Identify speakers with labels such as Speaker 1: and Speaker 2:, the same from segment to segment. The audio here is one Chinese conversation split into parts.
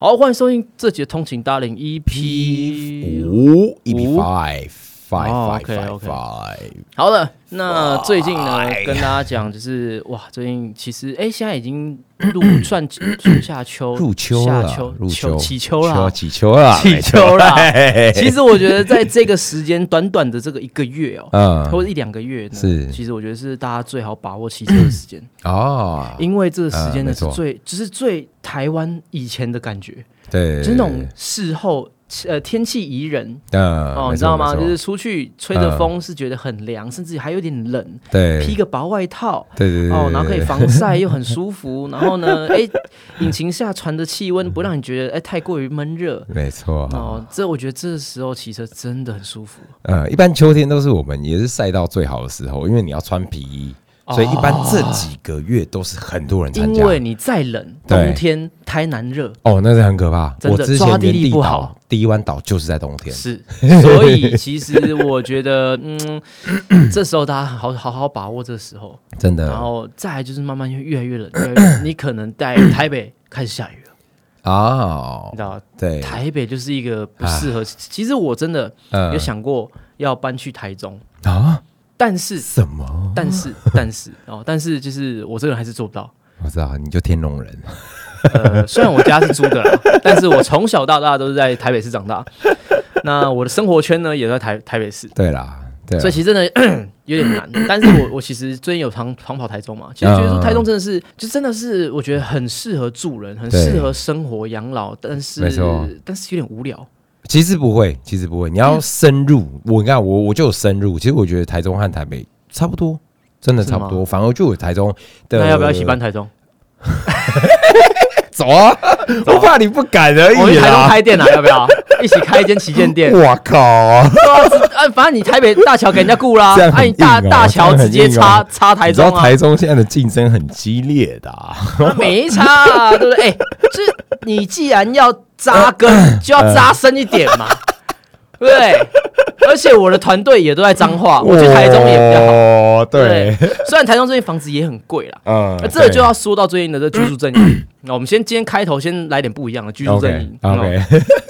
Speaker 1: 好，欢迎收听这集的通勤达人 E EP。
Speaker 2: 五 EP five five five
Speaker 1: 哦
Speaker 2: five
Speaker 1: ，OK，OK
Speaker 2: five，
Speaker 1: 好了，那最近呢
Speaker 2: 哎，
Speaker 1: 跟大家讲就是哇，最近其实哎，现在已经入算春夏秋
Speaker 2: 入秋
Speaker 1: 夏
Speaker 2: 了
Speaker 1: 秋，
Speaker 2: 入
Speaker 1: 秋
Speaker 2: 秋，
Speaker 1: 起秋啦。
Speaker 2: 起秋了，
Speaker 1: 起秋啦
Speaker 2: 没错嘿嘿嘿
Speaker 1: 其实我觉得在这个时间短短的这个一个月哦，或
Speaker 2: 嗯，
Speaker 1: 者一两个月呢，
Speaker 2: 是
Speaker 1: 其实我觉得是大家最好把握骑车的时 间，
Speaker 2: 哦，
Speaker 1: 因为这个时间
Speaker 2: 嗯没
Speaker 1: 呢是
Speaker 2: 错
Speaker 1: 最，就是最台湾以前的感觉，
Speaker 2: 对，
Speaker 1: 就是那种事后呃天气宜人，
Speaker 2: 嗯，
Speaker 1: 哦，
Speaker 2: 没
Speaker 1: 你知
Speaker 2: 错
Speaker 1: 道吗？
Speaker 2: 没
Speaker 1: 就
Speaker 2: 错嗯
Speaker 1: 是出去吹着风是觉得很凉，甚至还有点冷，
Speaker 2: 对，
Speaker 1: 披个薄外套。
Speaker 2: 对对对
Speaker 1: 哦，然后可以
Speaker 2: 对
Speaker 1: 防晒又很舒 服，然后呢，哎，引擎下传的气温不让你觉得哎太过于闷热
Speaker 2: 对没错，
Speaker 1: 哦，这我觉得这时候骑车真的很舒服。
Speaker 2: 嗯，一般秋天都是我们也是晒到最好的时候，因为你要穿皮衣，所以一般这几个月都是很多人参
Speaker 1: 因
Speaker 2: 加，
Speaker 1: 为你再冷，
Speaker 2: 对
Speaker 1: 冬天太难 热
Speaker 2: 哦，那是很可怕。
Speaker 1: 真
Speaker 2: 我
Speaker 1: 的
Speaker 2: 之
Speaker 1: 抓
Speaker 2: 前
Speaker 1: 地
Speaker 2: 原
Speaker 1: 力
Speaker 2: 地
Speaker 1: 不
Speaker 2: 岛
Speaker 1: 好
Speaker 2: 第一湾岛就是在冬天，
Speaker 1: 是，所以其实我觉得，嗯， 这时候大家好好好把握这时候，
Speaker 2: 真的
Speaker 1: 然后再来就是慢慢越来越冷，越来越冷你可能在台北开始下雨了，
Speaker 2: 哦
Speaker 1: 你，知道吗
Speaker 2: 对，啊
Speaker 1: 台北就是一个不适合。其实我真的
Speaker 2: 嗯
Speaker 1: 有想过要搬去台中，
Speaker 2: 啊，
Speaker 1: 但是
Speaker 2: 什么？
Speaker 1: 但是但是哦，但是就是我这个人还是做不到。
Speaker 2: 我知道，你就天 龙人，
Speaker 1: 呃，虽然我家是租的啦， 但是我从小到大都是在台北市长大，那我的生活圈呢也在台台北市。
Speaker 2: 对啦，对啦啊
Speaker 1: 所以其实真的 有点难，但是我 我其实最近有常常跑台中嘛，
Speaker 2: 嗯
Speaker 1: 其实觉得说台中真的是，就真的是我觉得很适合住人，很
Speaker 2: 对
Speaker 1: 适合生活养老，但是
Speaker 2: 没错
Speaker 1: 但是有点无聊。
Speaker 2: 其实不会，其实不会。你要深入，我你看我我就有深入。其实我觉得台中和台北差不多，真的
Speaker 1: 是吗
Speaker 2: 差不多。反而就有台中的，
Speaker 1: 那要不要一起搬？台中？
Speaker 2: 走 啊！我怕你不敢而
Speaker 1: 我们
Speaker 2: 已
Speaker 1: 去台中
Speaker 2: 啦。
Speaker 1: 开店啊，要不 要？一起开一间旗舰店。
Speaker 2: 哎我靠！
Speaker 1: 啊，反正你台北大桥给人家雇啦，
Speaker 2: 这样
Speaker 1: 啊，
Speaker 2: 很
Speaker 1: 你大
Speaker 2: 硬哦
Speaker 1: 大桥直接
Speaker 2: 这样
Speaker 1: 插
Speaker 2: 很
Speaker 1: 插台
Speaker 2: 你知道
Speaker 1: 中啊，
Speaker 2: 台中现在的竞争很激烈的啊，
Speaker 1: 没差啊，对不对？哎，这你既然要扎 根，就要扎深一点嘛，
Speaker 2: 呃
Speaker 1: 对不对？而且我的团队也都在彰化，我觉得台中也比较好。
Speaker 2: 好。
Speaker 1: 对
Speaker 2: 哦对，，
Speaker 1: 虽然台中这边房子也很贵啦，
Speaker 2: 嗯
Speaker 1: 那这个就要说到最近的这居住正义。 那我们先今天开头先来点不一样的居住正义。嗯
Speaker 2: OK，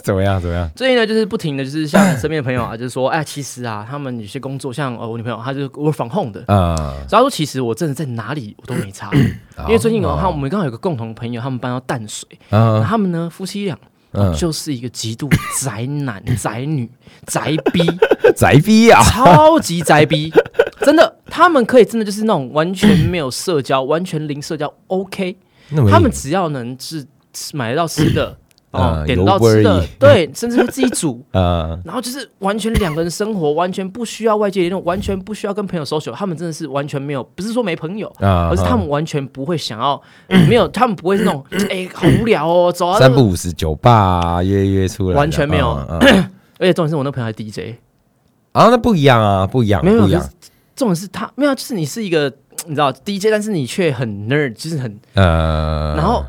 Speaker 2: 怎 么样？怎么样？
Speaker 1: 最近呢，就是不停的就是 像身边的朋友啊，就是说，哎，其实啊，他们有些工作，像呃我女朋友，她就是我防控的，
Speaker 2: 啊，
Speaker 1: 然后说其实我真的在哪里我都没差，
Speaker 2: 嗯
Speaker 1: 因为最近哦，他我们刚好有个共同朋友，他们搬到淡水，
Speaker 2: 嗯
Speaker 1: 他们呢夫妻俩。
Speaker 2: 嗯
Speaker 1: 就是一个极度宅男、 宅女、宅逼，
Speaker 2: 宅逼啊，
Speaker 1: 超级宅逼，真的，他们可以真的就是那种完全没有社交、 完全零社交，OK，
Speaker 2: 那么
Speaker 1: 他们只要能是吃买得到吃的，哦，
Speaker 2: 嗯
Speaker 1: 点到吃
Speaker 2: 油
Speaker 1: 的
Speaker 2: 味，
Speaker 1: 对，甚至会自己煮，
Speaker 2: 呃，
Speaker 1: 然后就是完全两个人生活，完全不需要外界联络，完全不需要跟朋友 social，他们真的是完全没有，不是说没朋友，
Speaker 2: 啊
Speaker 1: 而哦是他们完全不会想要，没有，他们不会是那种， 哎，好无聊哦，走啊，
Speaker 2: 三不五十酒吧啊约一约出来的，
Speaker 1: 完全没有
Speaker 2: 嗯嗯
Speaker 1: 而且重点是我那朋友还 DJ，
Speaker 2: 啊，那不一样啊，不一样，
Speaker 1: 没有，
Speaker 2: 不一
Speaker 1: 可
Speaker 2: 样
Speaker 1: 是，重点是他没有，啊就是你是一个你知道 DJ，但是你却很 nerd，就是很，
Speaker 2: 呃，
Speaker 1: 然后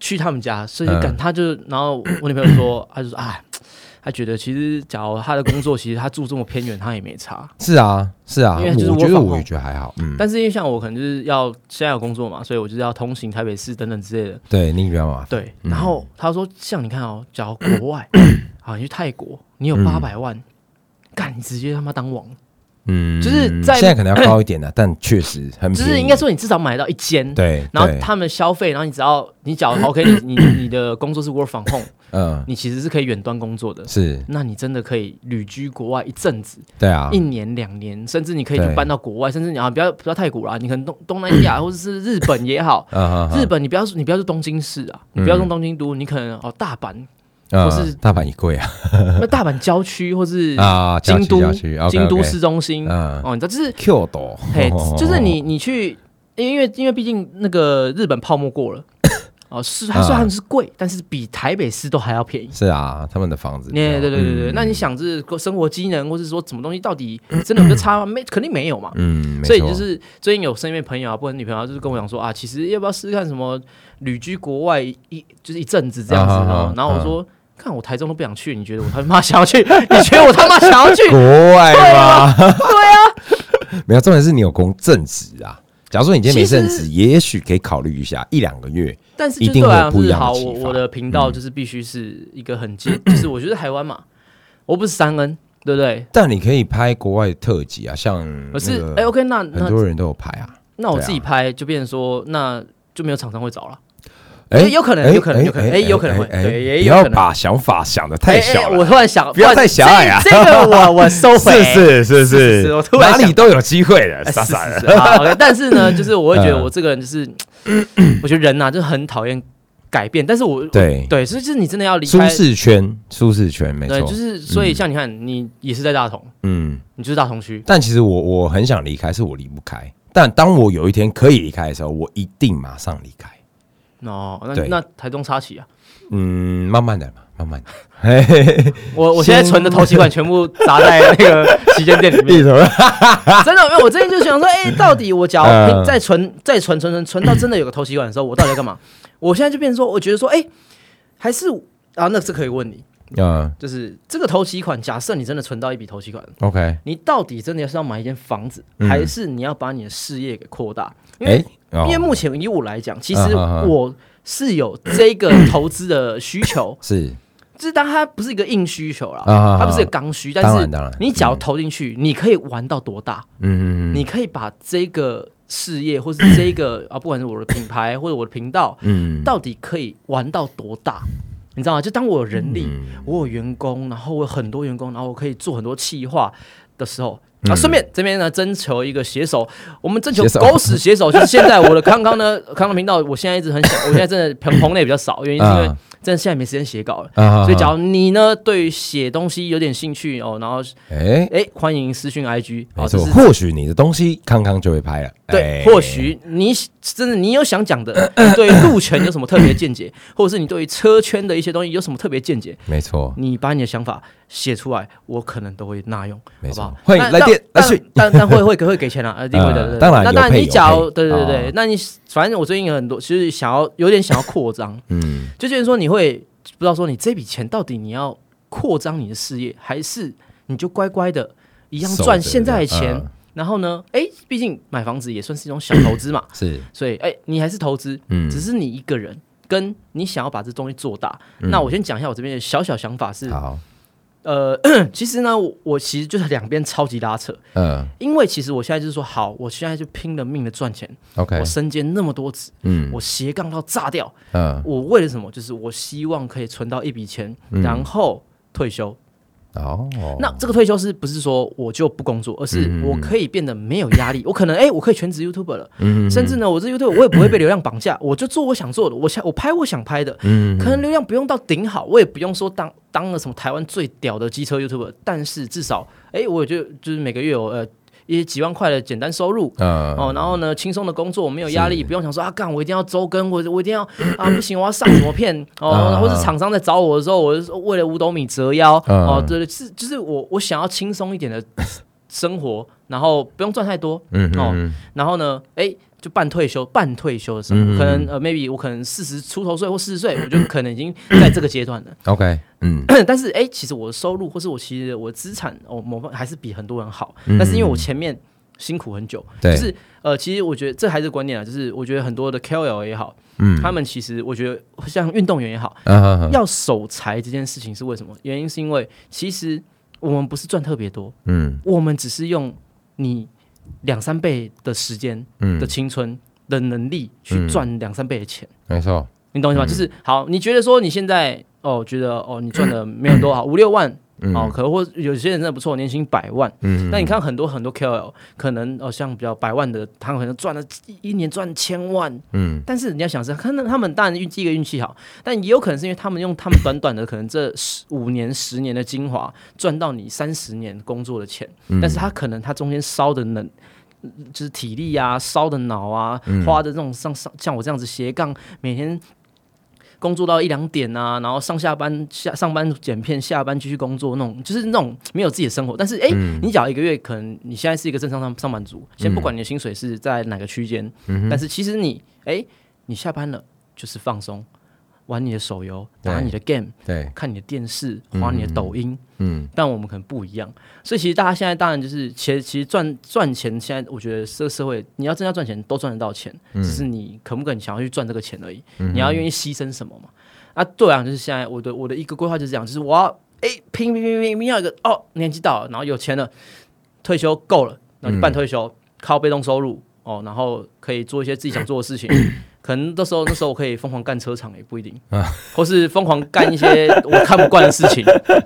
Speaker 1: 去他们家，所以就
Speaker 2: 嗯
Speaker 1: 感他就，然后我女朋友说，他就说，哎，他觉得其实假如他的工作，其实他住这么偏远，他也没差。
Speaker 2: 是啊，是啊，
Speaker 1: 因为就是
Speaker 2: 我觉
Speaker 1: work
Speaker 2: 得
Speaker 1: from
Speaker 2: 我
Speaker 1: home
Speaker 2: 也觉得还好，嗯，
Speaker 1: 但是因为像我可能就是要现在有工作嘛，所以我就是要通行台北市等等之类的。
Speaker 2: 对嗯你比较麻烦，
Speaker 1: 对，然后他说，像你看哦，假如国 外啊，你去泰国，你有八百万，干你直接他妈当王，
Speaker 2: 嗯，
Speaker 1: 就是在
Speaker 2: 现在可能要高一点了，但确实很
Speaker 1: 就
Speaker 2: 便宜，
Speaker 1: 是应该说你至少买到一间，
Speaker 2: 对，
Speaker 1: 然后
Speaker 2: 对
Speaker 1: 他们消费，然后你只 要你假如 OK，你你你的工作是 work from home，
Speaker 2: 嗯
Speaker 1: 你其实是可以远端工作的，
Speaker 2: 是，
Speaker 1: 那你真的可以旅居国外一阵子，
Speaker 2: 对啊
Speaker 1: 一，年两年，甚至你可以去
Speaker 2: 对
Speaker 1: 搬到国外，甚至你啊不要不要泰国啦，你可能东东南 亚或者是日本也好，
Speaker 2: 啊嗯
Speaker 1: 日本你不要你不要去东京市啊，你不要用东京都，你可能哦大阪，或是
Speaker 2: 大阪一贵啊，
Speaker 1: 那大阪郊区或是
Speaker 2: 啊郊
Speaker 1: 京
Speaker 2: 区
Speaker 1: 都
Speaker 2: 郊区，OK，OK
Speaker 1: 京都市中心，
Speaker 2: 嗯哦
Speaker 1: 哦你知道就是
Speaker 2: ，Q 多，
Speaker 1: 嘿，就是你你去，因为因为毕竟那个日本泡沫过了， 哦，是它
Speaker 2: 啊
Speaker 1: 虽然是贵，但是比台北市都还要便宜。
Speaker 2: 是啊，他们的房子比较，
Speaker 1: 哎对对对对对，
Speaker 2: 嗯
Speaker 1: 那你想这生活机能，或是说什么东西，到底真的有没有差吗？没，肯定没有嘛。
Speaker 2: 嗯，没
Speaker 1: 所以
Speaker 2: 错
Speaker 1: 就是最近有身边朋友啊，不管女朋友、啊，就是跟我讲说啊，其实要不要试试看什么旅居国外一就是一阵子这样子
Speaker 2: 啊啊
Speaker 1: 哦
Speaker 2: 啊。
Speaker 1: 然后我
Speaker 2: 啊
Speaker 1: 说，看我台中都不想去，你觉得我他妈想要去？ 你觉得我他妈想要去？
Speaker 2: 国外吗？对啊，没有，重点是你有工正职啊。假如说你今天没升
Speaker 1: 其
Speaker 2: 职，也许可以考虑一下一两个月。
Speaker 1: 但是
Speaker 2: 一
Speaker 1: 就
Speaker 2: 定
Speaker 1: 对我
Speaker 2: 会有
Speaker 1: 来讲
Speaker 2: 不一
Speaker 1: 是
Speaker 2: 样的
Speaker 1: 好，
Speaker 2: 启
Speaker 1: 我
Speaker 2: 发嗯
Speaker 1: 我的频道就是必须是一个很接， 就是我觉得台湾嘛，我不是三 N，对不对？
Speaker 2: 但你可以拍国外的特辑啊，像
Speaker 1: 可是
Speaker 2: 嗯那个
Speaker 1: 哎、o k 那
Speaker 2: 很
Speaker 1: 那
Speaker 2: 多人都有拍啊。
Speaker 1: 那我
Speaker 2: 对啊
Speaker 1: 自己拍就变成说，那就没有厂商会找了。
Speaker 2: 哎，
Speaker 1: 有可能
Speaker 2: 哎
Speaker 1: 有可能
Speaker 2: 哎
Speaker 1: 有可能
Speaker 2: 哎
Speaker 1: 哎有可能会
Speaker 2: 哎哎
Speaker 1: 对也
Speaker 2: 不
Speaker 1: 有可
Speaker 2: 要
Speaker 1: 能
Speaker 2: 把想法想的太
Speaker 1: 哎
Speaker 2: 小
Speaker 1: 哎我
Speaker 2: 了。
Speaker 1: 突然想，
Speaker 2: 不要
Speaker 1: 哇
Speaker 2: 太狭隘啊
Speaker 1: 这这个我我收回，
Speaker 2: 是是
Speaker 1: 是是我
Speaker 2: 是，
Speaker 1: 突然
Speaker 2: 哪里
Speaker 1: 想
Speaker 2: 都有机会的，
Speaker 1: 哎
Speaker 2: 傻傻的。
Speaker 1: 是是是好，OK，但是呢，就是我会觉得
Speaker 2: 嗯
Speaker 1: 我这个人就是，我觉得人呐、就很讨厌改变，但是我
Speaker 2: 对，
Speaker 1: 对，所以就是你真的要离
Speaker 2: 舒
Speaker 1: 开，
Speaker 2: 适圈，舒适圈，没
Speaker 1: 对，
Speaker 2: 错
Speaker 1: 就。是所以像你看，你也是在大同，
Speaker 2: 嗯，
Speaker 1: 你就是大同区，
Speaker 2: 但其实我我很想离开，是我离不开。但当我有一天可以离开的时候，我一定马上离开。
Speaker 1: 哦，那
Speaker 2: 对
Speaker 1: 那台中插旗啊，
Speaker 2: 嗯，慢慢的嘛，慢慢的。 嘿嘿嘿
Speaker 1: 我我现在
Speaker 2: 先
Speaker 1: 存的头期款全部砸在那个旗舰店里面
Speaker 2: 你，怎么？
Speaker 1: 真的，因为我最近就想说，哎、到底我假如
Speaker 2: 嗯
Speaker 1: 再存、再存存存存到真的有个头期款的时候，我到底要干嘛？我现在就变成说，我觉得说，哎、还是啊，那这可以问你，
Speaker 2: 嗯
Speaker 1: 就是这个头期款，假设你真的存到一笔头期款，
Speaker 2: ，OK。
Speaker 1: 你到底真的是要买一间房子，
Speaker 2: 嗯
Speaker 1: 还是你要把你的事业给扩大？因为、
Speaker 2: 哎，哦
Speaker 1: 嗯因为目前以我来讲，其实
Speaker 2: 嗯嗯嗯，
Speaker 1: 我是有这个投资的需求
Speaker 2: 是
Speaker 1: 就是当它不是一个硬需求啦，
Speaker 2: 嗯嗯嗯
Speaker 1: 它不是一个刚需，但
Speaker 2: 当
Speaker 1: 是
Speaker 2: 然当然
Speaker 1: 你只要投进去，你可以玩到多大？
Speaker 2: 嗯嗯
Speaker 1: 你可以把这个事业， 或是这个啊，不管是我的品牌或者我的频道，
Speaker 2: 嗯，
Speaker 1: 到底可以玩到多大？你知道吗？就当我有人力，
Speaker 2: 嗯
Speaker 1: 我有员工，然后我有很多员工，然后我可以做很多企划的时候。啊，顺便这边呢征求一个写手，我们征求
Speaker 2: 嗯写手
Speaker 1: 狗屎 写手，就是现在我的康康呢，康康频道，我现在一直很 想，我现在真的棚棚内比较少，原因是因为
Speaker 2: 啊
Speaker 1: 真的现在没时间写稿了，
Speaker 2: 啊
Speaker 1: 所以假如你呢对于写东西有点兴趣哦，然后
Speaker 2: 哎，
Speaker 1: 哎欢迎私讯 IG，
Speaker 2: 没
Speaker 1: 哦，
Speaker 2: 错
Speaker 1: 这，是
Speaker 2: 或许你的东西康康就会拍了。
Speaker 1: 对，
Speaker 2: 哎
Speaker 1: 或许你真的你有想讲的，你对于路权有什么特别见解， 或者是你对于车圈的一些东西有什么特别见解，
Speaker 2: 没错，
Speaker 1: 你把你的想法写出来，我可能都会纳用，
Speaker 2: 没
Speaker 1: 好不
Speaker 2: 错
Speaker 1: 好？
Speaker 2: 欢迎
Speaker 1: 那
Speaker 2: 来电
Speaker 1: 那
Speaker 2: 来讯
Speaker 1: 但但会会会给钱 啊，呃，定会的，
Speaker 2: 呃
Speaker 1: 对
Speaker 2: 当然
Speaker 1: 那
Speaker 2: 有
Speaker 1: 当然
Speaker 2: 配
Speaker 1: 你
Speaker 2: 有
Speaker 1: 假如
Speaker 2: 配
Speaker 1: 对对
Speaker 2: 哦
Speaker 1: 对，那你反正我最近有很多，其实想要有点想要扩张，
Speaker 2: 嗯，
Speaker 1: 就觉得说你会不知道说你这笔钱到底你要扩张你的事业，还是你就乖乖的一样
Speaker 2: 守
Speaker 1: 赚
Speaker 2: 着
Speaker 1: 现在的
Speaker 2: 这样
Speaker 1: 钱。
Speaker 2: 嗯
Speaker 1: 然后呢？哎，毕竟买房子也算是一种小投资嘛，
Speaker 2: 是
Speaker 1: 所以，哎、你还是投资，
Speaker 2: 嗯
Speaker 1: 只是你一个人，跟你想要把这东西做大。那我先讲一下我这边的小小想法是，
Speaker 2: 嗯好，
Speaker 1: 呃， 其实呢，我我其实就是两边超级拉扯，
Speaker 2: 嗯
Speaker 1: 因为其实我现在就是说，好，我现在就拼了命的赚钱，
Speaker 2: ，OK，
Speaker 1: 我身兼那么多职，
Speaker 2: 哎嗯
Speaker 1: 我斜杠到炸掉，
Speaker 2: 嗯，
Speaker 1: 我为了什么？就是我希望可以存到一笔钱，然后退休。
Speaker 2: 哦，
Speaker 1: 那这个退休是不是说我就不工作，而是我可以变得没有压力？ 我可能哎、我可以全职 YouTuber 了，甚至呢，我这 YouTuber 我也不会被流量绑架，我就做我想做的，我想我拍我想拍的，可能流量不用到顶好，我也不用说当当了什么台湾最屌的机车 YouTuber，但是至少哎、我就就是每个月有呃一些几万块的简单收入，
Speaker 2: 嗯
Speaker 1: 哦，然后呢，轻松的工作，没有压力，不用想说啊，干我一定要周更，我我一定要 啊，不行，我要上什么片哦
Speaker 2: 啊，
Speaker 1: 或者厂商在找我的时候，我就说为了五斗米折腰
Speaker 2: 嗯
Speaker 1: 哦，对，是就是我我想要轻松一点的生活，然后不用赚太多，
Speaker 2: 嗯
Speaker 1: 哦
Speaker 2: 嗯
Speaker 1: 然后呢，哎，就半退休，半退休的生
Speaker 2: 嗯嗯
Speaker 1: 活，可能呃，maybe 我可能四十出头岁或四十岁，我就可能已经在这个阶段了。
Speaker 2: ，OK，嗯，
Speaker 1: 但是哎、诶其实我的收入或是我其实我的资产，哦，某方还是比很多人好。
Speaker 2: 嗯
Speaker 1: 但是因为我前面辛苦很久，
Speaker 2: 对
Speaker 1: 就是呃，其实我觉得这还是观念啊，就是我觉得很多的 KOL 也好，
Speaker 2: 嗯
Speaker 1: 他们其实我觉得像运动员也好，
Speaker 2: 啊，
Speaker 1: 要守财这件事情是为什么？原因是因为其实我们不是赚特别多，
Speaker 2: 嗯
Speaker 1: 我们只是用你两三倍的时间
Speaker 2: 嗯
Speaker 1: 的，青春的能力去赚两三倍的钱。
Speaker 2: 没错，
Speaker 1: 你懂我意思
Speaker 2: 嗯
Speaker 1: 吗？就是好，你觉得说你现在哦，觉得哦，你赚的没有 多好，五六万。哦，可能或有些人真的不错，年薪百万。
Speaker 2: 嗯
Speaker 1: 但你看很多很多 KOL，可能哦像比较百万的，他可能赚了一一年赚千万。
Speaker 2: 嗯
Speaker 1: 但是你要想是，可能他们当然运气一个运气好，但也有可能是因为他们用他们短短的可能这十五年十年的精华赚到你三十年工作的钱，
Speaker 2: 嗯
Speaker 1: 但是他可能他中间烧的能。就是体力啊，烧的脑啊，
Speaker 2: 嗯
Speaker 1: 花的这种像像像我这样子斜杠，每天工作到一两点啊，然后上下班下上班剪片，下班继续工作那种，就是那种没有自己的生活。但是哎、诶你只要一个月，可能你现在是一个正常上上班族，先不管你的薪水是在哪个区间，但是其实你哎、诶你下班了就是放松。玩你的手游、打你的 game、
Speaker 2: 对，
Speaker 1: 看你的电视、滑你的抖音，
Speaker 2: 嗯，
Speaker 1: 但我们可能不一样。所以其实大家现在当然就是，其实其实赚赚钱，现在我觉得这个社会，你要真要赚钱都赚得到钱，只是你肯不肯想要去赚这个钱而已。你要愿意牺牲什么嘛？啊，对啊，就是现在我的我的一个规划就是这样，就是我要哎拼拼拼拼拼要一个哦，年纪到了，然后有钱了，退休够了，然后就半退休，靠被动收入哦，然后可以做一些自己想做的事情。可能到时候那时候我可以疯狂干车厂也不一定，或是疯狂干一些 我看不惯的事情。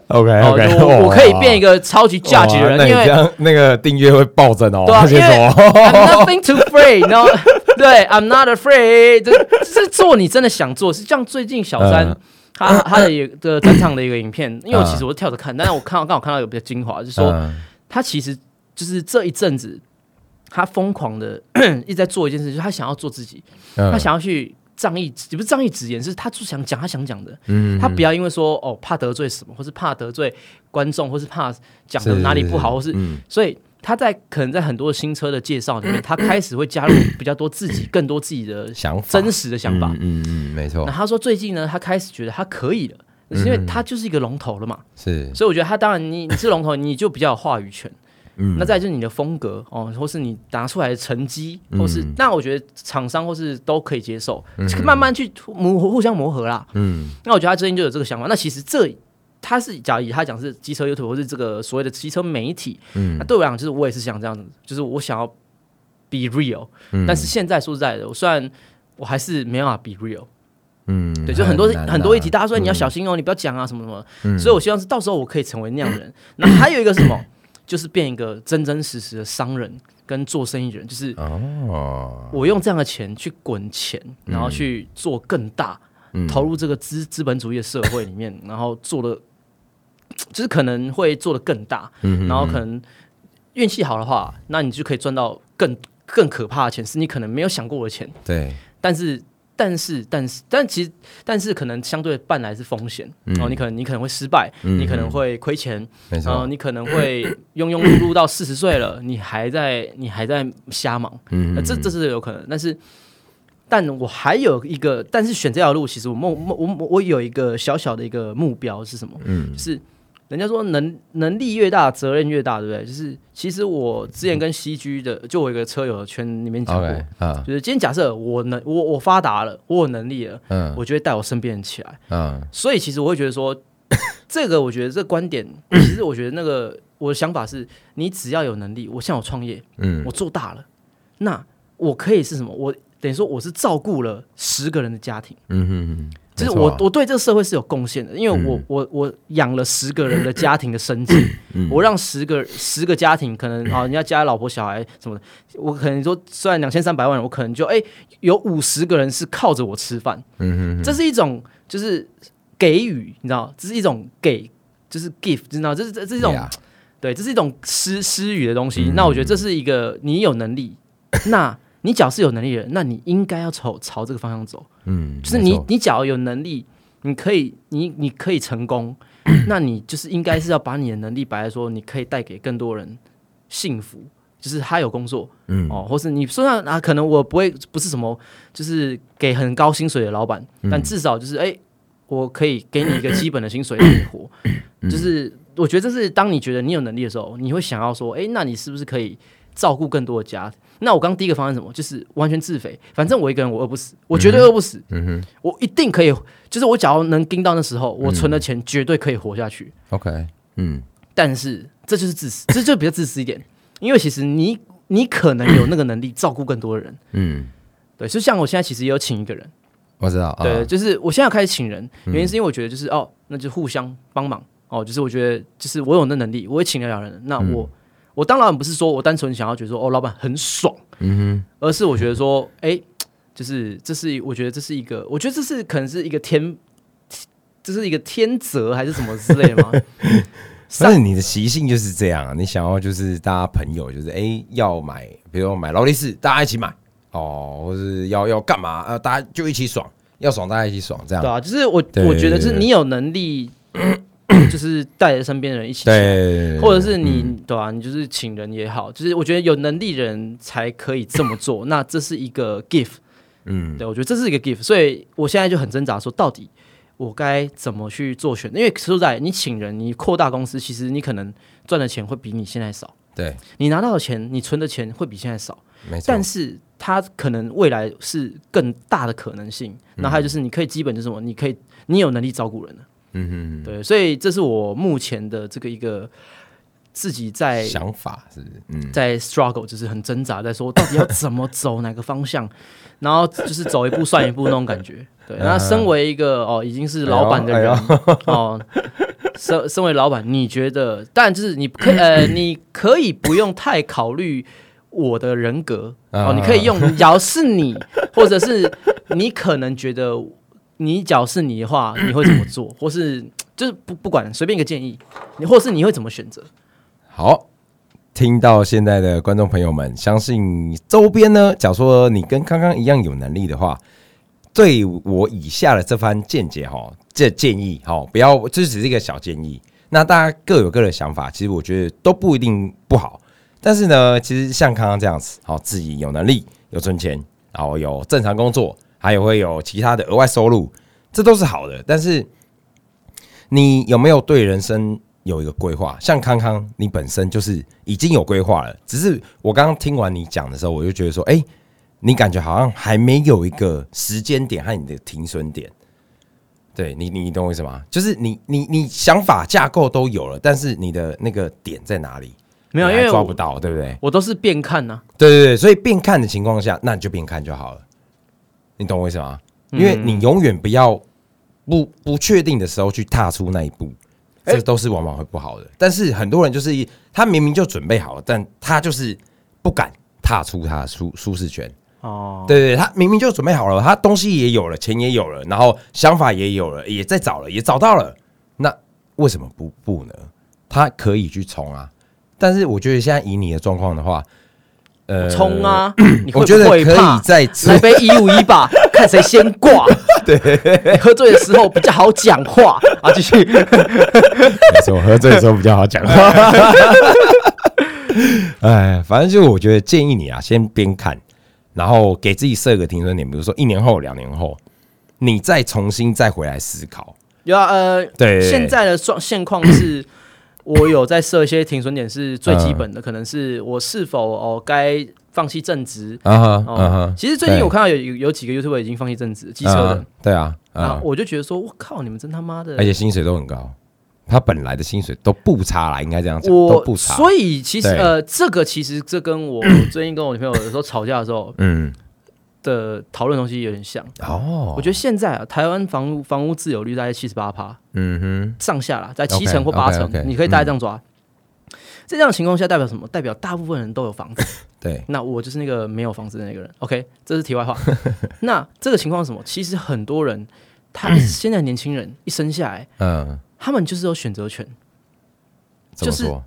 Speaker 2: OK
Speaker 1: 哦，就
Speaker 2: 哎 OK，
Speaker 1: 我我可以变一
Speaker 2: 个
Speaker 1: 个超级 judge 的
Speaker 2: 哦那
Speaker 1: 人，因
Speaker 2: 你这
Speaker 1: 为
Speaker 2: 样那个订阅会暴增哦。
Speaker 1: 对啊
Speaker 2: 而且
Speaker 1: 因为
Speaker 2: 什么
Speaker 1: I'm nothing to afraid，然 后对 I'm not afraid，这这是做你真的想做。是像最近小三
Speaker 2: 嗯
Speaker 1: 他他的一个专场的一个影片，因为我其实
Speaker 2: 嗯
Speaker 1: 我是跳着看，但是我看到刚好看到有比较精华，就是说
Speaker 2: 嗯
Speaker 1: 他其实就是这一阵子他疯狂的 一直在做一件事，就是他想要做自己，
Speaker 2: 嗯
Speaker 1: 他想要去。仗义也不是仗义直言，是他就想讲他想讲的，
Speaker 2: 嗯
Speaker 1: 他不要因为说哦怕得罪什么，或是怕得罪观众，或是怕讲的
Speaker 2: 是
Speaker 1: 哪里不好，或是
Speaker 2: 嗯
Speaker 1: 所以他在可能在很多新车的介绍里面，他开始会加入比较多自己、更多自己的
Speaker 2: 想法
Speaker 1: 真实的想法。
Speaker 2: 嗯嗯嗯，没错
Speaker 1: 那，他说最近呢，他开始觉得他可以了，是
Speaker 2: 嗯
Speaker 1: 因为他就是一个龙头了嘛。
Speaker 2: 是
Speaker 1: 所以我觉得他当然你你是龙头，你就比较有话语权。
Speaker 2: 嗯
Speaker 1: 那再来就是你的风格哦，或是你拿出来的成绩，
Speaker 2: 嗯
Speaker 1: 或是、那我觉得厂商或是都可以接受，慢慢去磨互相磨合啦。
Speaker 2: 嗯
Speaker 1: 那我觉得他最近就有这个想法。那其实这他是假如以他讲是机车 YouTube 或是这个所谓的机车媒体，
Speaker 2: 嗯
Speaker 1: 那对我来讲就是我也是想这样子，就是我想要 be real，、
Speaker 2: 嗯
Speaker 1: 但是现在说实在的，我虽然我还是没办法 be real，
Speaker 2: 嗯，
Speaker 1: 对，就很多
Speaker 2: 难啊嗯
Speaker 1: 很多议题，大家说你要小心哦，你不要讲啊什么什么，所以我希望是到时候我可以成为那样的人。那还有一个是什么，就是变一个真真实实的商人跟做生意人，就是
Speaker 2: 啊哦，
Speaker 1: 我用这样的钱去滚钱，然
Speaker 2: 嗯
Speaker 1: 后去做更大，投入这个资资本主义的社会里面，然后做的就是可能会做的更大，
Speaker 2: 嗯
Speaker 1: 然后可能运气好的话，那你就可以赚到更更可怕的钱，是你可能没有想过的钱。
Speaker 2: 对，
Speaker 1: 但是，但是，但是，但其实，但是可能相对伴来是风险、哦，你可能你可能会失败，你可能会亏钱，
Speaker 2: 嗯没
Speaker 1: 然后
Speaker 2: 错，
Speaker 1: 你可能会庸庸碌碌到四十岁了，你还在你还在瞎忙，
Speaker 2: 嗯
Speaker 1: 呃这这是有可能。但是，但我还有一个，但是选这条路，其实我梦梦我我我有一个小小的一个目标是什么？
Speaker 2: 嗯
Speaker 1: 就是人家说能能力越大，责任越大，对不对？就是其实我之前跟西居的，就我有一个车友圈里面讲过。
Speaker 2: ，OK 啊，
Speaker 1: 就是今天假设我能我我发达了，我有能力了，
Speaker 2: 嗯
Speaker 1: 我就会带我身边人起来。
Speaker 2: 嗯
Speaker 1: 所以其实我会觉得说， 这个我觉得这观点，其实我觉得那个我的想法是，你只要有能力，我像我创业，
Speaker 2: 嗯
Speaker 1: 我做大了，那我可以是什么？我等于说我是照顾了十个人的家庭，
Speaker 2: 嗯嗯，
Speaker 1: 就是
Speaker 2: 没错嗯
Speaker 1: 我我对这个社会是有贡献的，因为我、我我养了十个人的家庭的生计，
Speaker 2: 嗯
Speaker 1: 我让十个十个家庭可能啊，人家家老婆小孩什么的，我可能说虽然两千三百万，我可能就哎、有五十个人是靠着我吃饭，
Speaker 2: 嗯嗯
Speaker 1: 这是一种就是给予，你知道，这是一种给，就是 gift，你知道，这是这这是一种
Speaker 2: Yeah 嗯
Speaker 1: 对，这是一种施施予的东西。那我觉得这是一个你有能力，那你假如是有能力的人，那你应该要朝朝这个方向走。
Speaker 2: 嗯，
Speaker 1: 就是
Speaker 2: 没
Speaker 1: 你
Speaker 2: 错
Speaker 1: 你假如有能力，你可以你你可以成 功，那你就是应该是要把你的能力摆在说，你可以带给更多人幸福。就是他有工作，
Speaker 2: 嗯
Speaker 1: 哦，或是你虽然啊，可能我不会不是什么，就是给很高薪水的老板，
Speaker 2: 嗯
Speaker 1: 但至少就是哎、我可以给你一个基本的薪水 让你活，就是我觉得这是当你觉得你有能力的时候，你会想要说，哎、那你是不是可以照顾更多的家？那我刚第一个方案是什么？就是完全自肥，反正我一个人我饿不死，我绝对饿不死，
Speaker 2: 嗯哼
Speaker 1: 我一定可以，就是我假如能盯到那时候，我存的钱绝对可以活下去。
Speaker 2: ，OK，嗯
Speaker 1: 但是这就是自私，这就比较自私一点，因为其实你你可能有那个能力照顾更多的人，
Speaker 2: 嗯，
Speaker 1: 对，就像我现在其实也有请一个人，
Speaker 2: 我知道，啊嗯
Speaker 1: 对，就是我现在有开始请人，原因是因为我觉得就是哦，那就互相帮忙哦，就是我觉得就是我有那能力，我也请得了人，那我、
Speaker 2: 嗯
Speaker 1: 我当老板不是说我单纯想要觉得说哦，老板很爽，嗯哼，而是我觉得说哎、就是这是我觉得这是一个，我觉得这是可能是一个天，这是一个天责还是什么之类 的吗？
Speaker 2: 但是你的习性就是这样啊，你想要就是大家朋友就是哎、要买，比如说买劳力士，大家一起买哦，或是要要干嘛啊，大家就一起爽，要爽大家一起爽这样
Speaker 1: 对。啊，就是我
Speaker 2: 对
Speaker 1: 我觉得是你有能力，就是带着身边的人一起，
Speaker 2: 对，
Speaker 1: 或者是你、对啊，你就是请人也好，就是我觉得有能力的人才可以这么做。那这是一个 gift，嗯，对我觉得这是一个 gift，所以我现在就很挣扎，说到底我该怎么去做选？因为说实在，你请人，你扩大公司，其实你可能赚的钱会比你现在少，
Speaker 2: 对，
Speaker 1: 你拿到的钱，你存的钱会比现在少，
Speaker 2: 没错
Speaker 1: 但，是它可能未来是更大的可能性。那还有就是，你可以基本就是什么，你可以你有能力照顾人了，
Speaker 2: 嗯
Speaker 1: 对，所以这是我目前的这个一个自己在
Speaker 2: 哼，哎想法是不是，嗯，
Speaker 1: 在 struggle，就是很挣扎，在说到底要怎么走哪个方向， 然后就是走一步算一步那种感觉。对，那身为一个哦已经是老板的人、
Speaker 2: 嗯哎
Speaker 1: 哦，身身为老板，你觉得？但就是你可 呃，你可以不用太考虑我的人格
Speaker 2: 啊
Speaker 1: 哦，你可以用，假如是你，或者是你可能觉得你假如是你的话，你会怎么 做，或是就是不不管随便一个建议，你或是你会怎么选择？
Speaker 2: 好，听到现在的观众朋友们，相信周边呢，假如说你跟康康一样有能力的话，对我以下的这番见解哈，这建议哈，不要，这只是一个小建议。那大家各有各的想法，其实我觉得都不一定不好。但是呢，其实像康康这样子，好，自己有能力、有存钱，然后有正常工作，还有会有其他的额外收入，这都是好的。但是你有没有对人生有一个规划？像康康，你本身就是已经有规划了，只是我刚刚听完你讲的时候，我就觉得说，哎、你感觉好像还没有一个时间点和你的停损点。对你，你懂我意思吗？就是你，你，你想法架构都有了，但是你的那个点在哪里？
Speaker 1: 没有，
Speaker 2: 你
Speaker 1: 因
Speaker 2: 还
Speaker 1: 为
Speaker 2: 哎抓
Speaker 1: 我
Speaker 2: 不到，对不对？
Speaker 1: 我都是边看呐、
Speaker 2: 对对对，所以变看的情况下，那你就变看就好了。你懂我意思吗？因为你永远不要不不确定的时候去踏出那一步，这都是往往会不好的。但是很多人就是一他明明就准备好了，但他就是不敢踏出他的舒舒适圈。
Speaker 1: 哦，
Speaker 2: 对对，对他明明就准备好了，他东西也有了，钱也有了，然后想法也有了，也在找了，也找到了，那为什么不不呢？他可以去冲啊，但是我觉得现在以你的状况的话，呃，
Speaker 1: 冲啊！你会
Speaker 2: 我觉得
Speaker 1: 不会
Speaker 2: 可
Speaker 1: 怕
Speaker 2: 以？再
Speaker 1: 来
Speaker 2: 次
Speaker 1: 杯一五一吧， 看谁先 挂。对，喝醉的时候比较好讲话啊。继续，
Speaker 2: 没错，喝醉的时候比较好讲话。 哎，反正就是我觉得建议你啊，先边看，然后给自己设个停损点，比如说一年后、两年后，你再重新再回来思考。
Speaker 1: 有啊，呃，
Speaker 2: 对
Speaker 1: 现在的状现况 是，我有在设一些停损点，是最基本的，可能是我是否哦该放弃正职。
Speaker 2: 啊哈
Speaker 1: 哦
Speaker 2: 啊哈，
Speaker 1: 其实最近
Speaker 2: 对
Speaker 1: 我看到有有有几个 YouTube 已经放弃正职，机车的
Speaker 2: 嗯，哎对啊，
Speaker 1: 然
Speaker 2: 啊
Speaker 1: 后，我就觉得说，我靠，你们真他妈的
Speaker 2: 而且薪水都很高，他本来的薪水都不差啦，应该这样讲，都
Speaker 1: 我
Speaker 2: 不差。
Speaker 1: 所以其实
Speaker 2: 对
Speaker 1: 呃，这个其实这跟 我最近跟我女朋友有时候吵架的时候
Speaker 2: 嗯，
Speaker 1: 的讨论东西有点像。
Speaker 2: 哦，
Speaker 1: 我觉得现在啊，台湾房屋房屋自有率大概七十八趴
Speaker 2: 嗯
Speaker 1: 上下啦，在
Speaker 2: OK，嗯
Speaker 1: 七成或八成
Speaker 2: OK，OK，
Speaker 1: 你可以大概这样抓。在这样的情况下，代表什么？代表大部分人都有房 子。
Speaker 2: 哼，对，
Speaker 1: 那我就是那个没有房子的那个人。OK，这是题 外话。那这个情况是什么？其实很多人，他现在年轻人一生下来，
Speaker 2: 嗯，
Speaker 1: 他们就是有选择权，
Speaker 2: 怎么
Speaker 1: 就是
Speaker 2: 说？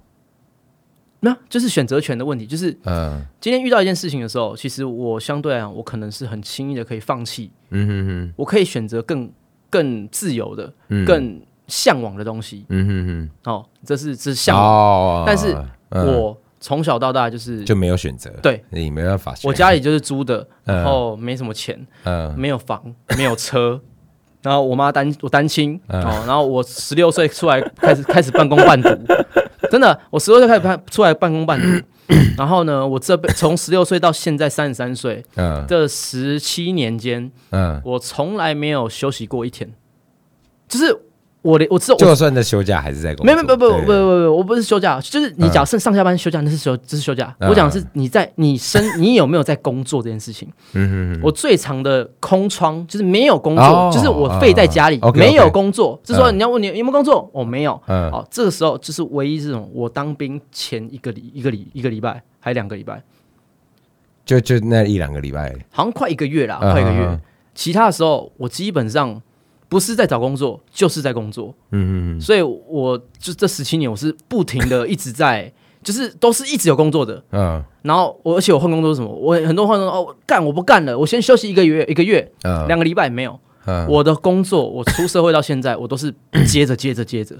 Speaker 1: 那就是选择权的问题，就是
Speaker 2: 嗯
Speaker 1: 今天遇到一件事情的时候，其实我相对来讲，我可能是很轻易的可以放弃，
Speaker 2: 嗯哼哼，
Speaker 1: 我可以选择更更自由的、
Speaker 2: 嗯
Speaker 1: 更向往的东西。
Speaker 2: 嗯哼哼。
Speaker 1: 哦，这是这是向往。
Speaker 2: 哦
Speaker 1: 但是
Speaker 2: 嗯
Speaker 1: 我从小到大就是，
Speaker 2: 就没有选择，
Speaker 1: 对
Speaker 2: 你没办法选。
Speaker 1: 我家里就是租的，
Speaker 2: 嗯
Speaker 1: 然后没什么钱，
Speaker 2: 嗯
Speaker 1: 没有房，没有车。 然后我妈单我单亲
Speaker 2: 嗯
Speaker 1: 哦，然后我十六岁出来开始开始半工半读，真的，我十六岁开始半出来半工半读， 然后呢，我这辈从十六岁到现在三十三岁，
Speaker 2: 嗯
Speaker 1: 这十七年间，
Speaker 2: 嗯，
Speaker 1: 我从来没有休息过一天，就是我的我只有我
Speaker 2: 就算在休假还是在工
Speaker 1: 没
Speaker 2: 作，
Speaker 1: 有没有不不不
Speaker 2: 对
Speaker 1: 不不，我不是休假，就是你讲是上下班休假，那是休这是休假。
Speaker 2: 嗯
Speaker 1: 我讲的是你在你生你有没有在工作这件事情。
Speaker 2: 嗯
Speaker 1: 我最长的空窗就是没有工
Speaker 2: 哦
Speaker 1: 作，就是我废在家里
Speaker 2: 嗯，OK，OK
Speaker 1: 没有工作。就说
Speaker 2: 嗯
Speaker 1: 你要问你有没有工作，我没有。
Speaker 2: 嗯
Speaker 1: 好，这个时候就是唯一这种我当兵前一个礼一个礼一个礼拜还两个礼拜，
Speaker 2: 就就那一两个礼拜，
Speaker 1: 好像快一个月啦，
Speaker 2: 嗯
Speaker 1: 快一个
Speaker 2: 嗯
Speaker 1: 月
Speaker 2: 嗯。
Speaker 1: 其他的时候我基本上不是在找工作，就是在工作。
Speaker 2: 嗯嗯
Speaker 1: 所以我就这十七年，我是不停的一直在， 就是都是一直有工作的。
Speaker 2: 嗯
Speaker 1: 然后我而且我换工作是什么？我很多换工作哦，干我不干了，我先休息一个月，一个月
Speaker 2: 嗯
Speaker 1: 两个礼拜没有。
Speaker 2: 嗯，
Speaker 1: 我的工作，我出社会到现在，我都是接着接着接着，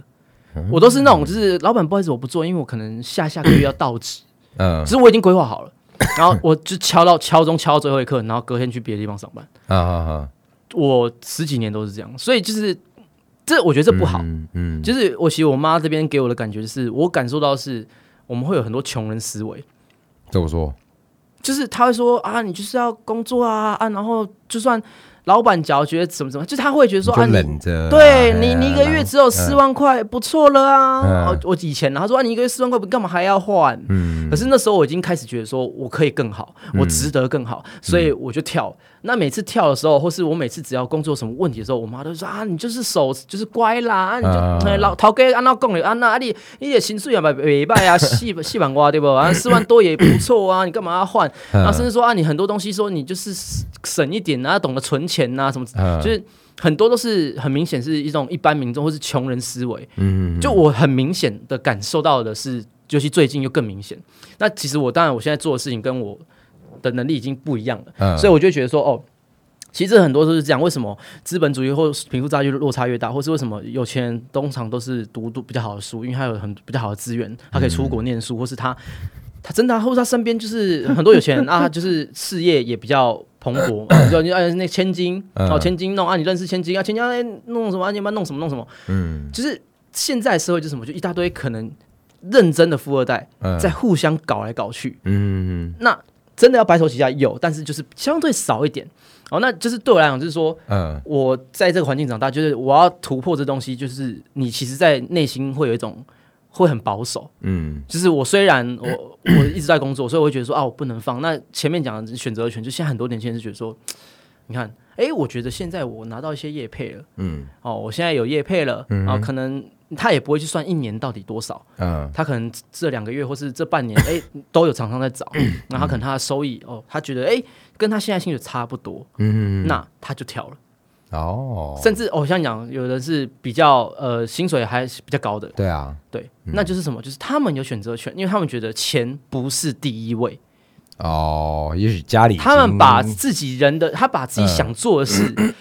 Speaker 2: 嗯
Speaker 1: 我都是那种就是老板不好意思我不做，因为我可能下下个月要到职，
Speaker 2: 嗯
Speaker 1: 只是我已经规划好了。 然后我就敲到敲钟敲到最后一刻，然后隔天去别的地方上班。
Speaker 2: 啊啊啊！
Speaker 1: 我十几年都是这样，所以就是这我觉得这不好。
Speaker 2: 嗯嗯，
Speaker 1: 就是我其实我妈这边给我的感觉是，我感受到是我们会有很多穷人思维，
Speaker 2: 怎么说？
Speaker 1: 就是他会说啊，你就是要工作啊啊，然后就算老板假如觉得怎么怎么样，就他会觉得说
Speaker 2: 你
Speaker 1: 啊，
Speaker 2: 就
Speaker 1: 你
Speaker 2: 忍着啊。
Speaker 1: 对
Speaker 2: 哎
Speaker 1: 你
Speaker 2: 呀
Speaker 1: 你一个月只有四。万块，不错了啊。
Speaker 2: 嗯
Speaker 1: 哦，我以前啊他说啊，你一个月四万块，不干嘛还要换？
Speaker 2: 嗯
Speaker 1: 可是那时候我已经开始觉得说我可以更好，我值得更好，所
Speaker 2: 嗯
Speaker 1: 以我就跳。那每次跳的时候，或是我每次只要工作有什么问题的时候，我妈都说啊，你就是手就是乖啦，啊你
Speaker 2: 啊
Speaker 1: 就哎老头哥按照讲的，啊那啊你你的薪水也袂歹啊，细细板瓜对不？啊四万多也不错啊，你干嘛要换？
Speaker 2: 嗯
Speaker 1: 然后甚至说啊，你很多东西说你就是省一点啊，懂得存钱呐、啊、什么，
Speaker 2: 嗯
Speaker 1: 就是很多都是很明显是一种一般民众或是穷人思维。
Speaker 2: 嗯，
Speaker 1: 就我很明显的感受到的是，尤其最近又更明显。那其实我当然我现在做的事情跟我的能力已经不一样了，
Speaker 2: 嗯
Speaker 1: 所以我就觉得说哦。其实很多都是这样，为什么资本主义或贫富差距落差越大，或是为什么有钱人通常都是读读比较好的书，因为他有很比较好的资源，他可以出国念书，或是他他真的啊、或者他身边 就是很多有钱人啊，就是事业也比较蓬勃，啊你知道你哎那千金
Speaker 2: 嗯
Speaker 1: 哦千金弄啊，你认识千金啊，千金哎弄什么啊，你们弄什么弄什么，嗯，就是现在社会就是什么，就一大堆可能认真的富二代
Speaker 2: 嗯
Speaker 1: 在互相搞来搞去，
Speaker 2: 嗯
Speaker 1: 那真的要白手起家有，但是就是相对少一点哦，那就是对我来讲就是说。
Speaker 2: 嗯
Speaker 1: 我在这个环境长大，就是我要突破这东西，就是你其实，在内心会有一种会很保守，
Speaker 2: 嗯
Speaker 1: 就是我虽然我我一直在工作，所以我会觉得说啊，我不能放。那前面讲的选择权，就现在很多年轻人是觉得说，你看，哎、我觉得现在我拿到一些业配了，
Speaker 2: 嗯
Speaker 1: 哦，我现在有业配了，然后可能他也不会去算一年到底多少，
Speaker 2: 嗯
Speaker 1: 他可能这两个月或是这半年，哎、都有厂商在找， 那他可能他的收益哦，他觉得哎、跟他现在薪水差不多，
Speaker 2: 嗯，
Speaker 1: 那他就跳了。
Speaker 2: 哦，
Speaker 1: 甚至哦，像你讲，有人是比较呃薪水还是比较高的，
Speaker 2: 对啊，
Speaker 1: 对，那就是什么？就是他们有选择权，因为他们觉得钱不是第一位，
Speaker 2: 哦，也许家里已经
Speaker 1: 他们把自己人的，他把自己想做的 事。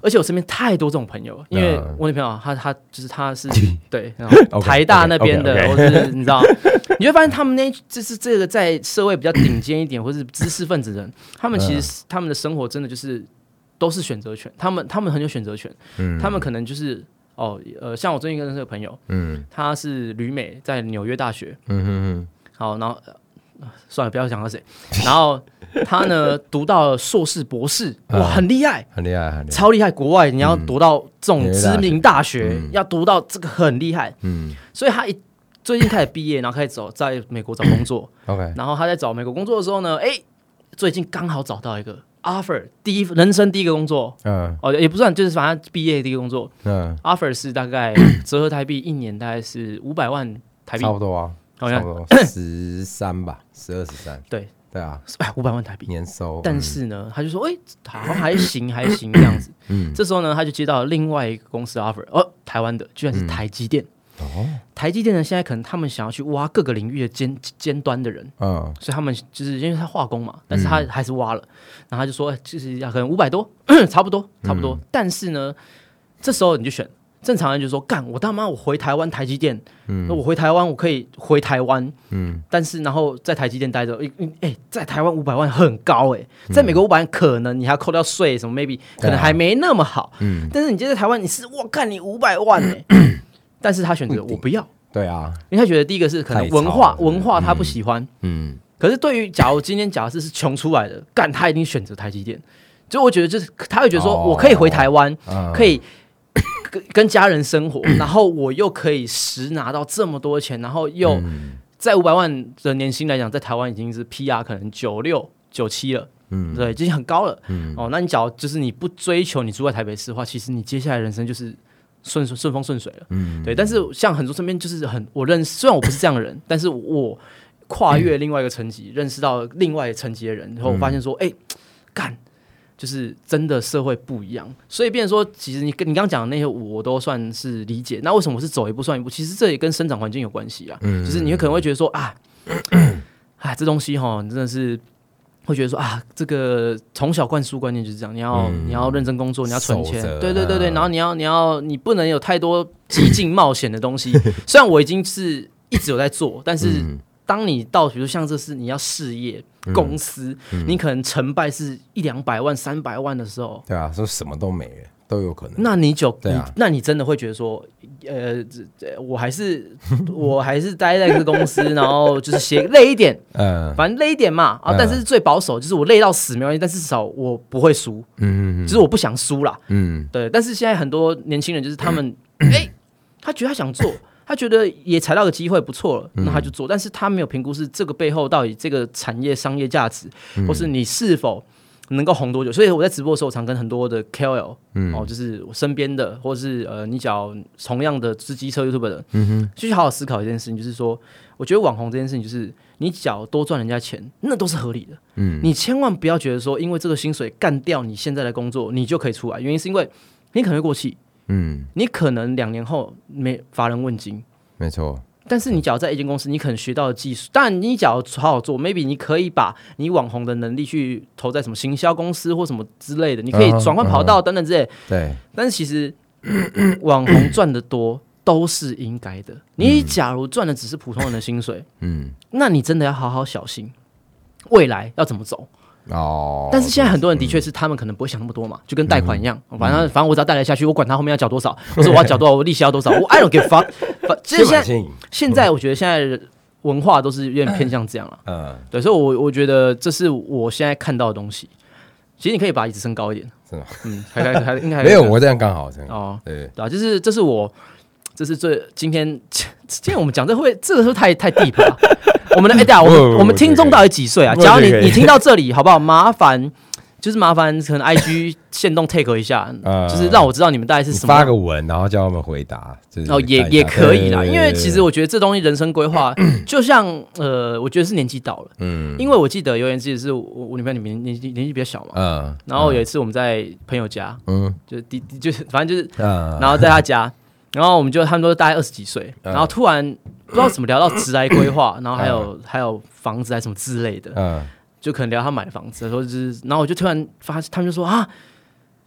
Speaker 1: 而且我身边太多这种朋友了，因为
Speaker 2: 嗯
Speaker 1: 我女朋友她她就是她 是对，然后
Speaker 2: OK，
Speaker 1: 台大那边的，
Speaker 2: OK，OK，OK
Speaker 1: 或是你知道，你会发现他们那就是这个在社会比较顶尖一点，或是知识分子人，他们其实
Speaker 2: 嗯
Speaker 1: 是他们的生活真的就是都是选择权，他们他们很有选择权，他们可能就是哦呃，像我最近跟认识的朋友，
Speaker 2: 嗯
Speaker 1: 他是旅美，在纽约大学。
Speaker 2: 嗯嗯
Speaker 1: 好，然后、呃算了，不要讲到谁。 然后他呢，读到了硕士、博士，哇，很厉害，
Speaker 2: 嗯，很厉害很厉害，
Speaker 1: 超厉害。国外你要读到这种知名大学，
Speaker 2: 嗯
Speaker 1: 要读到这个很厉害，
Speaker 2: 嗯
Speaker 1: 所以他一最近开始毕业，然后开始走在美国找工作。
Speaker 2: ，OK，
Speaker 1: 然后他在找美国工作的时候呢，哎，最近刚好找到一个 offer，第一人生第一个工作。
Speaker 2: 嗯
Speaker 1: 哦，也不算，就是反正毕业第一个工作
Speaker 2: 嗯，
Speaker 1: ，offer 是大 概折合台币一年大概是五百万台币
Speaker 2: 差，不多啊，
Speaker 1: 好
Speaker 2: 差
Speaker 1: 像
Speaker 2: 不 多十三吧，十二十三，
Speaker 1: 对，
Speaker 2: 对啊，
Speaker 1: 哎，五百万台币。
Speaker 2: 年收，嗯
Speaker 1: 但是呢，他就说，哎、好像还行，还行这样子。
Speaker 2: 嗯
Speaker 1: 这时候呢，他就接到另外一个公司的 offer，哦，台湾的，居
Speaker 2: 嗯
Speaker 1: 然是台积电。
Speaker 2: 哦，
Speaker 1: 台积电呢，现在可能他们想要去挖各个领域的尖尖端的人，
Speaker 2: 嗯
Speaker 1: 所以他们就是因为他化工嘛，但是他还是挖了。然后他就说，哎就是要可能五百多， 差不多，
Speaker 2: 嗯
Speaker 1: 差不多。但是呢，这时候你就选。正常人就说：“干，我大妈，我回台湾台积电，那我回台湾，我可以回台湾，
Speaker 2: 嗯
Speaker 1: 但是然后在台积电待着，哎、哎，在台湾五百万很高哎、
Speaker 2: 嗯
Speaker 1: 在美国五百万可能你还要扣掉税什么，maybe 可能还没那么好，
Speaker 2: 啊嗯，
Speaker 1: 但是你今天在台湾你是我干你五百万 哎、但是他选择我不要，
Speaker 2: 对啊，
Speaker 1: 因为他觉得第一个是可能
Speaker 2: 太
Speaker 1: 文化
Speaker 2: 吵了
Speaker 1: 文化他不喜欢，
Speaker 2: 嗯
Speaker 1: 可是对于假如今天假设是穷出来的，干他一定选择台积电，就我觉得就是他会觉得说
Speaker 2: 哦
Speaker 1: 我可以回台湾，
Speaker 2: 嗯，
Speaker 1: 可以跟跟家人生活，然后我又可以实拿到这么多钱，然后又
Speaker 2: 嗯
Speaker 1: 在五百万的年薪来讲，在台湾已经是 PR 可能九六九七了。
Speaker 2: 嗯
Speaker 1: 对，已经很高了。哦，那你假如就是你不追求你住在台北市的话，其实你接下来人生就是顺顺风顺水了。
Speaker 2: 嗯
Speaker 1: 对，但是像很多身边就是很我认识，虽然我不是这样的人，但是我跨越另外一个层级，认识到另外一个层级的人，然后我发现说，哎、干，就是真的社会不一样。所以，变成说，其实你跟你刚刚讲的那些，我都算是理解。那为什么我是走一步算一步？其实这也跟生长环境有关系啊。
Speaker 2: 嗯
Speaker 1: 就是你会可能会觉得说啊，啊，这东西哈，真的是。会觉得说啊，这个从小灌输观念就是这样，你要、
Speaker 2: 嗯
Speaker 1: 你要认真工作，你要存钱
Speaker 2: 守着，
Speaker 1: 对对对对，
Speaker 2: 嗯
Speaker 1: 然后你要你要你不能有 太多激进冒险的东西。虽然我已经是一直有在做，但是
Speaker 2: 嗯
Speaker 1: 当你到，比如像这是你要事业、公司，
Speaker 2: 嗯
Speaker 1: 你可能成败是一两百万、三百万的时候，
Speaker 2: 对啊，说什么都没了，都有可能。
Speaker 1: 那你就
Speaker 2: 对啊
Speaker 1: 你那你真的会觉得说，呃，这这我还是我还是待在这个公司， 然后就是写累一点，
Speaker 2: 嗯
Speaker 1: 反正累一点嘛啊，
Speaker 2: 嗯
Speaker 1: 但是最保守就是我累到死没关系，但是至少我不会输，
Speaker 2: 嗯嗯
Speaker 1: 只是我不想输啦。
Speaker 2: 嗯，
Speaker 1: 对，但是现在很多年轻人就是他们，哎、他觉得他想做，他觉得也踩到个机会不错
Speaker 2: 嗯
Speaker 1: 了，那他就做，但是他没有评估是这个背后到底这个产业商业价值，
Speaker 2: 嗯
Speaker 1: 或是你是否。能够红多久？所以我在直播的时候，我常跟很多的 KOL，、哦，
Speaker 2: 嗯
Speaker 1: 就是我身边的，或是呃，你讲同样的是机车 YouTube 的，嗯哼，去好好思考一件事情，就是说，我觉得网红这件事情，就是你只要多赚人家钱，那都是合理的。嗯，你千万不要觉得说，因为这个薪水干掉你现在的工作，你就可以出来。原因是因为你可能会过气，
Speaker 2: 嗯，
Speaker 1: 你可能两年后没乏人问津。
Speaker 2: 没错，
Speaker 1: 但是你只要在一间公司，你可能学到的技术，但你只要好好做，maybe 你可以把你网红的能力去投在什么行销公司或什么之类的，你可以
Speaker 2: 嗯哼
Speaker 1: 转换跑道等等之类的。
Speaker 2: 对，
Speaker 1: 但是其实 网红赚的多都是应该的。你假如赚的只是普通人的薪水，
Speaker 2: 嗯，
Speaker 1: 那你真的要好好小心未来要怎么走。
Speaker 2: 哦，
Speaker 1: 但是现在很多人的确是，他们可能不会想那么多嘛，就跟贷款一样，
Speaker 2: 嗯
Speaker 1: 反正反正我只要贷了下去，我管他后面要缴多少，或者我要缴多少，我利息要多少，我 I don't give a fuck。反其实现
Speaker 2: 先买
Speaker 1: 在
Speaker 2: 先赢，
Speaker 1: 现在我觉得现在的文化都是有点偏向这样了，
Speaker 2: 嗯，
Speaker 1: 对，所以我我觉得这是我现在看到的东西。其实你可以把椅子升高一点，
Speaker 2: 真的吗
Speaker 1: 嗯，还还还应该还
Speaker 2: 没有，我这样刚好，这样，
Speaker 1: 哦，
Speaker 2: 对，
Speaker 1: 对啊，就是这是我，这是最今天今天我们讲这会不会这个是不是太太 deep 了啊、我 们的哎，对啊，我
Speaker 2: 不
Speaker 1: 们
Speaker 2: 不不
Speaker 1: 我们听众到底几岁啊？
Speaker 2: 不
Speaker 1: 只要你
Speaker 2: 这个可以
Speaker 1: 你听到这里好不好？麻烦就是麻烦可能 IG 限动 take 一下，
Speaker 2: 呃
Speaker 1: 就是让我知道你们大概是
Speaker 2: 你
Speaker 1: 什么
Speaker 2: 发。个文，然后叫他们回答，就是
Speaker 1: 哦，也
Speaker 2: 看一下
Speaker 1: 也可以啦，
Speaker 2: 对
Speaker 1: 因为其实
Speaker 2: 对
Speaker 1: 我觉得这东西人生规划，就像呃，我觉得是年纪到了，
Speaker 2: 嗯
Speaker 1: 因为我记得有一次是我我女朋友里面年纪年纪比较小嘛，
Speaker 2: 嗯
Speaker 1: 然后有一次我们在朋友家，
Speaker 2: 嗯
Speaker 1: 就第第就是反正就是
Speaker 2: 嗯，
Speaker 1: 然后在他家， 然后我们就他们都大概二十几岁，
Speaker 2: 嗯
Speaker 1: 然后突然不知道怎么聊到职来规 划，然后还有还有房子还是什么之类的，
Speaker 2: 嗯
Speaker 1: 就可能聊他买房子的时候，就是，然后我就突然发，他们就说啊，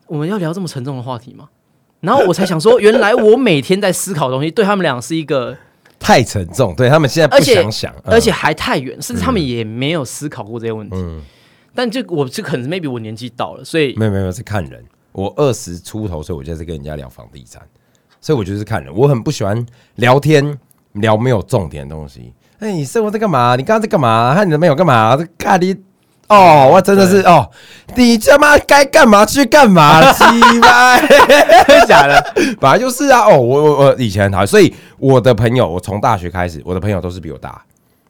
Speaker 1: 我们要聊这么沉重的话题吗？然后我才想说，原来我每天在思考的东西，对他们俩是一个，
Speaker 2: 太沉重，对他们现在
Speaker 1: 而
Speaker 2: 不
Speaker 1: 且
Speaker 2: 想想，嗯
Speaker 1: 而且还太远，甚至他们也没有思考过这些问题。
Speaker 2: 嗯
Speaker 1: 但就我这可能 maybe 我年纪到了，所以
Speaker 2: 没有没有，是看人。我二十出头，所以我就是跟人家聊房地产，所以我就是看人。我很不喜欢聊天聊没有重点的东西。哎、你生活在干嘛？你刚刚在干嘛？和你的朋友干嘛？这咖喱哦，我真的是哦，你他妈该干嘛去干嘛了，鸡巴！真的假的？本来就是啊。哦，我我我以前很讨厌，所以我的朋友，我从大学开始，我的朋友都是比我大。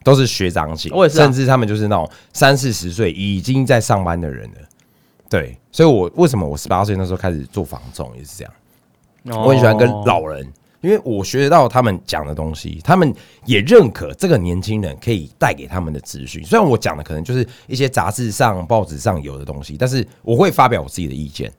Speaker 2: 都是学长型，
Speaker 1: 我也是啊
Speaker 2: 甚至他们就是那种三四十岁已经在上班的人了。对，所以我为什么我十八岁那时候开始做房仲也是这样，我很喜欢跟
Speaker 1: 哦
Speaker 2: 老人，因为我学得到他们讲的东西，他们也认可这个年轻人可以带给他们的资讯。虽然我讲的可能就是一些杂志上、报纸上有的东西，但是我会发表我自己的意见。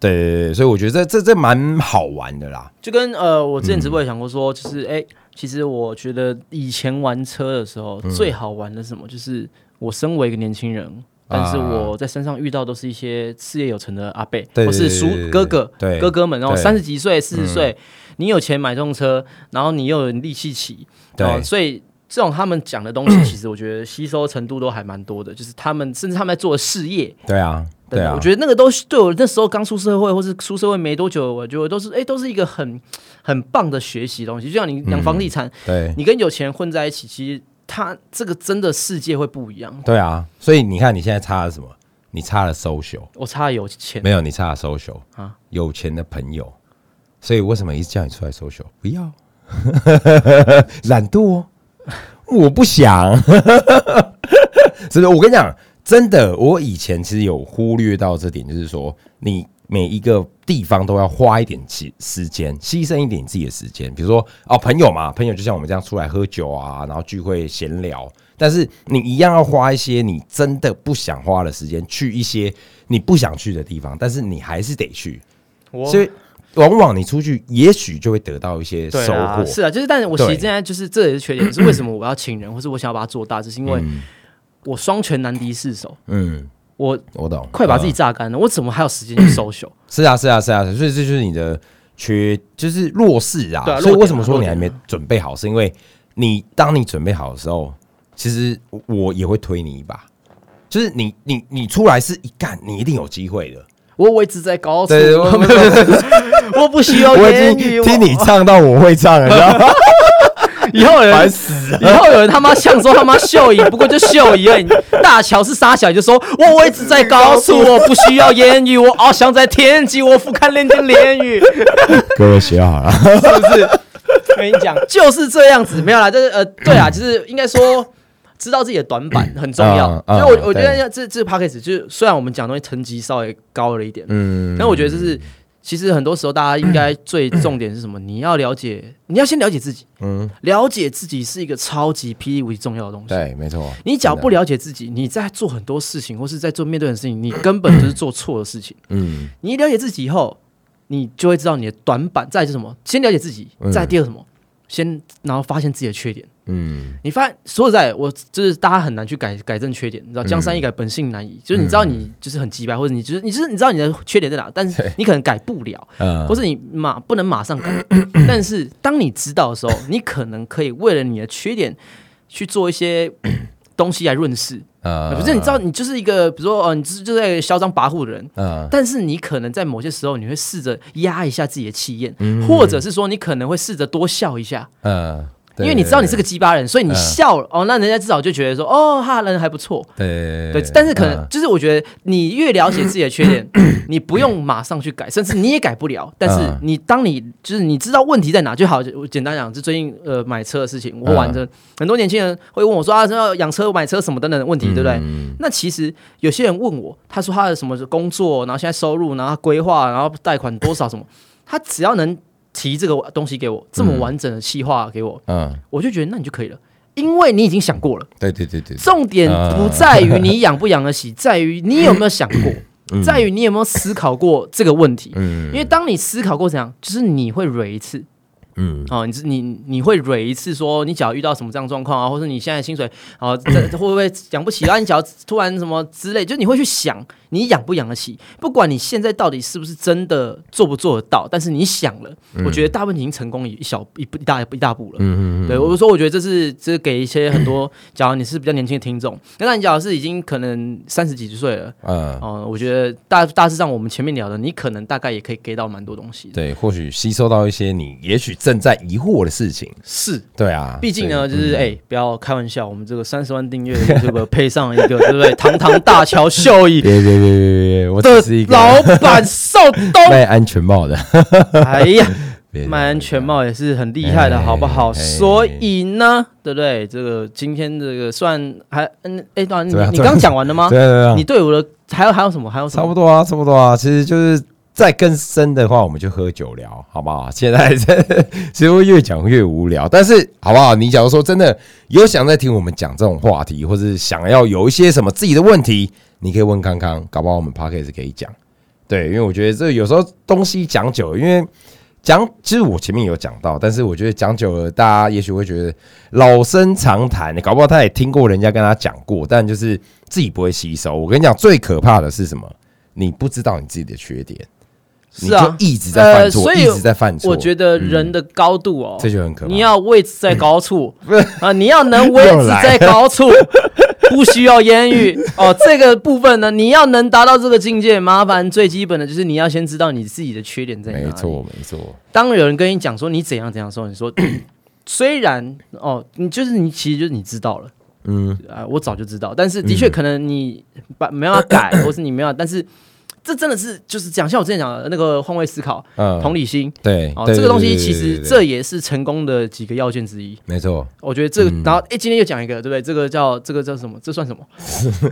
Speaker 2: 对对对对，所以我觉得这这这蛮好玩的啦。
Speaker 1: 就跟呃，我之前直
Speaker 2: 嗯
Speaker 1: 播也讲过说，就是哎、其实我觉得以前玩车的时候、最
Speaker 2: 嗯
Speaker 1: 好玩的是什么，就是我身为一个年轻人。
Speaker 2: 啊
Speaker 1: 但是我在山上遇到都是一些事业有成的阿伯，
Speaker 2: 对
Speaker 1: 或是叔
Speaker 2: 对对对
Speaker 1: 哥哥、
Speaker 2: 对
Speaker 1: 哥哥们，然后
Speaker 2: 对嗯
Speaker 1: 三十几岁、四十岁，你有钱买重车，然后你又有力气骑，
Speaker 2: 对
Speaker 1: 哦所以这种他们讲的东西，其实我觉得吸收程度都还蛮多的，就是他们甚至他们在做的事业，
Speaker 2: 对啊，对啊，
Speaker 1: 我觉得那个都是对我那时候刚出社会，或是出社会没多久，我觉得都是哎、都是一个很很棒的学习东西。就像你讲房地产，
Speaker 2: 对
Speaker 1: 你跟有钱人混在一起，其实他这个真的世界会不一样。
Speaker 2: 对啊，所以你看你现在差了什么？你差了 social。
Speaker 1: 我差有钱
Speaker 2: 没有，你差了 social
Speaker 1: 啊
Speaker 2: 啊，有钱的朋友，所以为什么一直叫你出来 social？不要， 懒惰、哦，我不想，是不是？我跟你讲，真的，我以前其实有忽略到这点，就是说你。每一个地方都要花一点时时间，牺牲一点自己的时间。比如说，哦，朋友嘛，朋友就像我们这样出来喝酒啊，然后聚会闲聊，但是你一样要花一些你真的不想花的时间去一些你不想去的地方，但是你还是得去。
Speaker 1: 我
Speaker 2: 所以往往你出去，也许就会得到一些
Speaker 1: 对
Speaker 2: 收获
Speaker 1: 啊，。是啊，就是但是我其实
Speaker 2: 对
Speaker 1: 现在就是这也是缺点，就是为什么我要请人，或是我想要把它做大，就是因为我双拳难敌四手，
Speaker 2: 嗯，
Speaker 1: 我
Speaker 2: 我懂。
Speaker 1: 快把自
Speaker 2: 嗯
Speaker 1: 己榨干了，我怎么还有时间去 social？
Speaker 2: 是啊，是啊，是啊，所以这就是你的缺，就是弱势啊。
Speaker 1: 对啊
Speaker 2: 所
Speaker 1: 弱点
Speaker 2: 以
Speaker 1: 啊
Speaker 2: 为什么说你还
Speaker 1: 弱点
Speaker 2: 没准备好，是因为你当你准备好的时候，其实我也会推你一把，就是你你你出来是一干，你一定有机会的。
Speaker 1: 我我一直在高处，
Speaker 2: 对，我
Speaker 1: 我我不需要
Speaker 2: 我
Speaker 1: 言
Speaker 2: 已
Speaker 1: 语。
Speaker 2: 经
Speaker 1: 我
Speaker 2: 听你唱到我会唱了，你知道吗？
Speaker 1: 以后有人
Speaker 2: 烦死了！
Speaker 1: 以后有人他妈想说他妈秀姨，不过就秀姨而已。大乔是傻小，你就说我我一直在高处，我不需要言语，我翱翔在天际，我俯瞰连天连 雨。
Speaker 2: 各位学 好了，
Speaker 1: 是不是？跟你讲，就是这样子，没有啦，就是呃，对啊，就是应该说。知道自己的短板很重要，
Speaker 2: 嗯嗯
Speaker 1: 所以我我觉
Speaker 2: 对
Speaker 1: 得要这这 p a c k a g e 就是虽然我们讲东西层级稍微高了一点，
Speaker 2: 嗯，
Speaker 1: 但我觉得就是其实很多时候大家应该最重点是什么？你要了解，你要先了解自己，
Speaker 2: 嗯，
Speaker 1: 了解自己是一个超级霹雳无敌重要的东西。
Speaker 2: 对，没错，
Speaker 1: 你只要不了解自己，你在做很多事情或是在做面对的事情，你根本就是做错的事情。
Speaker 2: 嗯，
Speaker 1: 你了解自己以后，你就会知道你的短板。再来就是什么？先了解自己，再来第二个什么？先然后发现自己的缺点。
Speaker 2: 嗯，
Speaker 1: 你发现说实在，我就是大家很难去改改正缺点，你知道江山易改，本性难移。就是你知道你就是很鸡掰，或者你就是你就是你知道你的缺点在哪，但是你可能改不了，
Speaker 2: 呃
Speaker 1: 或，是你马不能马上改。但是当你知道的时候，你可能可以为了你的缺点去做一些东西来润饰。
Speaker 2: 呃
Speaker 1: 不是你知道，你就是一个，比如说，呃，你就是就在嚣张跋扈的人，
Speaker 2: 嗯，
Speaker 1: 但是你可能在某些时候，你会试着压一下自己的气焰，或者是说你可能会试着多笑一下，
Speaker 2: 呃，
Speaker 1: 因为你知道你是
Speaker 2: 个
Speaker 1: 个鸡巴人，所以你笑了、哦，那人家至少就觉得说哦，他人还不错。
Speaker 2: 对呃嗯
Speaker 1: 对，但是可能就是我觉得你越了解自己的缺点，你不用马上去改，甚至你也改不了。但是
Speaker 2: 嗯
Speaker 1: 你当你就是你知道问题在哪就好。我简单讲，就最近呃买车的事情，我玩着、很多年轻人会问我说啊，要养车、买车什么等等的问题，对不对？那其实有些人问我，他说他的什么工作，然后现在收入，然后他规划，然后贷款多少什么，他只要能提这个东西给我，这么完整的细化给我，
Speaker 2: 嗯，
Speaker 1: 我就觉得那你就可以了，因为你已经想过了。
Speaker 2: 对对对对，
Speaker 1: 重点
Speaker 2: 啊
Speaker 1: 不在于你养不养得起，在于你有没有想过，在于你有没有思考过这个问题。因
Speaker 2: 嗯
Speaker 1: 为当你思考过怎样，就是你会蕊一次
Speaker 2: 嗯
Speaker 1: 哦，你是你你会蕊一次说，你只要遇到什么这样的状况啊，或者你现在薪水哦，这会不会养不起啊？你只要突然什么之类，就你会去想你养不养得起。不管你现在到底是不是真的做不做得到，但是你想了，我觉得大部分已经成功一小一步一大一大步了。
Speaker 2: 嗯嗯嗯，
Speaker 1: 对，我就说，我觉得这是这是给一些很 多，假如你是比较年轻的听众，那那你假如是已经可能三十几岁了，
Speaker 2: 嗯，
Speaker 1: 哦、我觉得大大致上我们前面聊的，你可能大概也可以给到蛮多东西的。
Speaker 2: 对，或许吸收到一些你也许正在疑惑的事情，
Speaker 1: 是，
Speaker 2: 对啊，
Speaker 1: 毕竟呢，就是哎、不要开玩笑，我们这个三十万订阅的 YouTube 配上一个，对不对？堂堂大乔秀
Speaker 2: 所
Speaker 1: 椅
Speaker 2: 以，别别别别别，我
Speaker 1: 的
Speaker 2: 只是一个
Speaker 1: 老板邵 东，
Speaker 2: 卖安全帽的，
Speaker 1: 哎呀，
Speaker 2: 别
Speaker 1: 卖安全帽也是很厉害的，
Speaker 2: 哎
Speaker 1: 好不好？
Speaker 2: 哎
Speaker 1: 所以呢，对不对？这个今天这个算还嗯，哎，当然你
Speaker 2: 怎么样
Speaker 1: 你刚讲完了吗？
Speaker 2: 对对
Speaker 1: 你
Speaker 2: 对，
Speaker 1: 对我的还有还有什么？还有什
Speaker 2: 嗯差不
Speaker 1: 么？
Speaker 2: 多啊，差不多啊，其实就是。再更深的话，我们就喝酒聊，好不好？ 现在这其实会越讲越无聊，但是好不好？你假如说真的有想在听我们讲这种话题，或者想要有一些什么自己的问题，你可以问康康，搞不好我们 p a c k a g e 可以讲。对，因为我觉得这有时候东西讲久了，因为讲其实我前面有讲到，但是我觉得讲久了，大家也许会觉得老生常谈，搞不好他也听过人家跟他讲过，但就是自己不会吸收。我跟你讲，最可怕的是什么？你不知道你自己的缺点，
Speaker 1: 是啊
Speaker 2: 你就一直在犯错，
Speaker 1: 呃所以
Speaker 2: 一直在犯错。
Speaker 1: 我觉
Speaker 2: 得
Speaker 1: 得人的高度哦，
Speaker 2: 嗯这就很可怕。
Speaker 1: 你要位置在高 处啊，你要能位
Speaker 2: 又
Speaker 1: 置
Speaker 2: 来
Speaker 1: 在高处， 不需要言语哦。这个部分呢，你要能达到这个境界，麻烦最基本的就是你要先知道你自己的缺点在哪里。
Speaker 2: 没错，没错，
Speaker 1: 当有人跟你讲说你怎样怎样的时候，你说 虽然哦，你就是你其实就是你知道了，
Speaker 2: 嗯，
Speaker 1: 啊，我早就知道，但是的确可能你把没有要改， 或是你没有要，但是这真的是就是讲，像我之前讲的那个换位思考、
Speaker 2: 嗯，
Speaker 1: 同理心。
Speaker 2: 对，
Speaker 1: 哦，
Speaker 2: 对
Speaker 1: 这个东西其
Speaker 2: 对
Speaker 1: 实
Speaker 2: 对对对
Speaker 1: 这也是成功的几个要件之一。
Speaker 2: 没错，
Speaker 1: 我觉得这个，
Speaker 2: 嗯
Speaker 1: 然后哎，诶今天又讲一个，对不对？这个叫这个叫什么？这算什么？